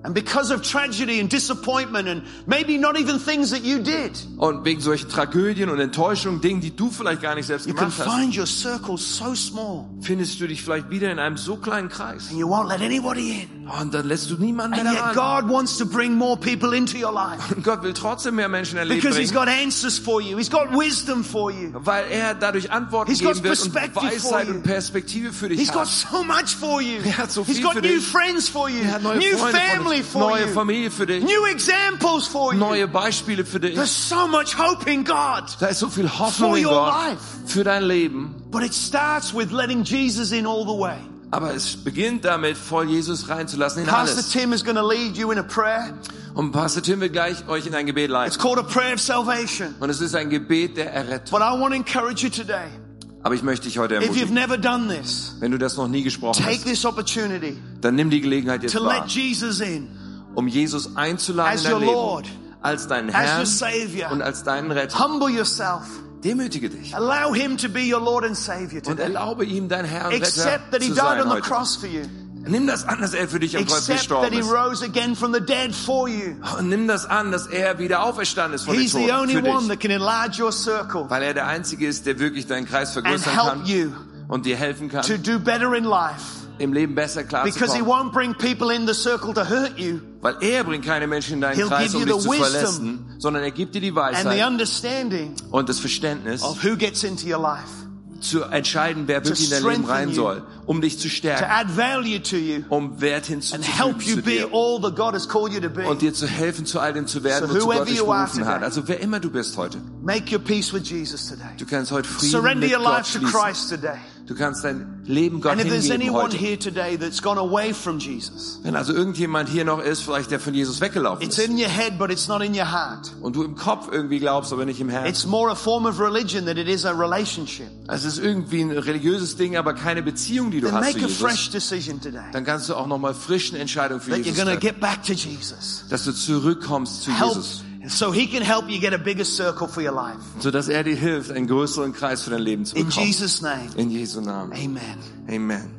B: And because of tragedy and disappointment and maybe not even things that you did,
A: Und wegen solchen Tragödien und Enttäuschungen, Dingen, die du vielleicht gar nicht selbst
B: you can
A: gemacht hast,
B: find your circle so small
A: findest du dich vielleicht wieder in einem so kleinen Kreis.
B: and you won't let anybody in.
A: Und dann lässt du niemanden
B: And
A: mehr
B: yet
A: rein.
B: God wants to bring more people into your life
A: Und Gott will trotzdem mehr Menschen erleben.
B: because He's
A: bringen.
B: got answers for you. He's got wisdom for you.
A: Weil er dadurch Antworten
B: He's got
A: geben wird und
B: perspective
A: Weisheit
B: for you.
A: und Perspektive für dich
B: He's got
A: hat.
B: so much for you.
A: Er hat so
B: He's
A: viel
B: got
A: für
B: new
A: dich.
B: friends for you.
A: Er hat neue
B: New
A: Freunde
B: family
A: für dich,
B: for
A: neue
B: you.
A: Familie für dich,
B: New examples for you.
A: neue Beispiele für dich.
B: There's so much hope in God.
A: Da ist so viel Hoffnung
B: For
A: in
B: your
A: Gott
B: life.
A: für dein Leben.
B: But it starts with letting Jesus in all the way.
A: Aber es beginnt damit, voll Jesus reinzulassen in
B: Pastor
A: alles.
B: Tim is going to lead you in a prayer.
A: Und Pastor Tim wird gleich euch in ein Gebet
B: It's
A: leiten.
B: called a prayer of salvation.
A: Und es ist ein Gebet der Errettung.
B: But I want to encourage you today.
A: Aber ich möchte dich heute
B: If you've
A: ermutigen,
B: never done this,
A: wenn du das noch nie gesprochen
B: take
A: hast,
B: this opportunity
A: dann nimm die Gelegenheit jetzt
B: to let
A: wahr,
B: Jesus in
A: um Jesus einzuladen
B: as
A: in
B: your
A: dein
B: Lord,
A: Leben. Als deinen
B: as your
A: Herrn und
B: Savior.
A: als deinen Retter.
B: Humble yourself.
A: Demütige dich
B: Allow Him to be your Lord and Savior
A: und
B: today.
A: erlaube ihm, dein Herr und Retter
B: Accept that uh, He
A: zu
B: died
A: sein
B: on the
A: heute.
B: cross for you.
A: Nimm das an, dass er für dich am Kreuz
B: Accept that
A: gestorben
B: He
A: ist.
B: rose again from the dead for you.
A: Und nimm das an, dass er wieder auferstanden ist von den
B: He's the
A: Toten
B: only
A: für
B: one
A: dich.
B: that can enlarge your circle
A: Weil er der Einzige ist, der wirklich deinen Kreis
B: and
A: vergrößern
B: help
A: kann
B: you
A: und dir helfen
B: to
A: kann,
B: do better in life.
A: im Leben besser
B: Because he
A: klarzukommen.
B: won't bring people in the circle to hurt you
A: Weil er bringt keine Menschen in deinen
B: He'll
A: Kreis,
B: give
A: um
B: you
A: dich
B: the
A: zu
B: wisdom
A: verletzen, sondern er gibt dir die
B: and the
A: Weisheit
B: understanding
A: und das Verständnis,
B: of who gets into your life
A: zu entscheiden, wer wirklich in dein Leben
B: strengthen
A: rein
B: you.
A: soll, um dich zu
B: to
A: stärken,
B: add value to you
A: um Wert
B: and
A: hinzuzufügen
B: help
A: zu
B: you be
A: dir
B: all that God has called you to be.
A: und dir zu helfen, zu all dem zu werden,
B: So
A: wozu
B: whoever
A: Gott dich
B: you are
A: berufen hat.
B: today.
A: Also wer immer du bist heute,
B: Make your peace with Jesus today.
A: du kannst heute Frieden
B: Surrender
A: mit
B: your
A: Gott
B: life to
A: schließen.
B: Christ today.
A: Du kannst dein Leben Gott
B: And if there's
A: hingeben
B: anyone
A: heute.
B: here today that's gone away from Jesus,
A: Wenn also irgendjemand hier noch ist, vielleicht der von Jesus weggelaufen
B: it's
A: ist
B: in your head, but it's not in your heart.
A: und du im Kopf irgendwie glaubst, aber nicht im Herzen. Also
B: It's more a form of religion than it is a relationship.
A: Es ist irgendwie ein religiöses Ding, aber keine Beziehung, die du
B: Then
A: hast zu
B: make a
A: Jesus.
B: fresh decision today
A: Dann kannst du auch nochmal frisch eine Entscheidung für
B: that you're
A: Jesus
B: going to
A: treffen,
B: get back to Jesus.
A: dass du zurückkommst zu
B: Help,
A: Jesus,
B: so he can help you get a bigger circle for your life.
A: sodass er dir hilft, einen größeren Kreis für dein Leben zu
B: In
A: bekommen.
B: Jesus' name,
A: In Jesu Namen.
B: amen.
A: Amen.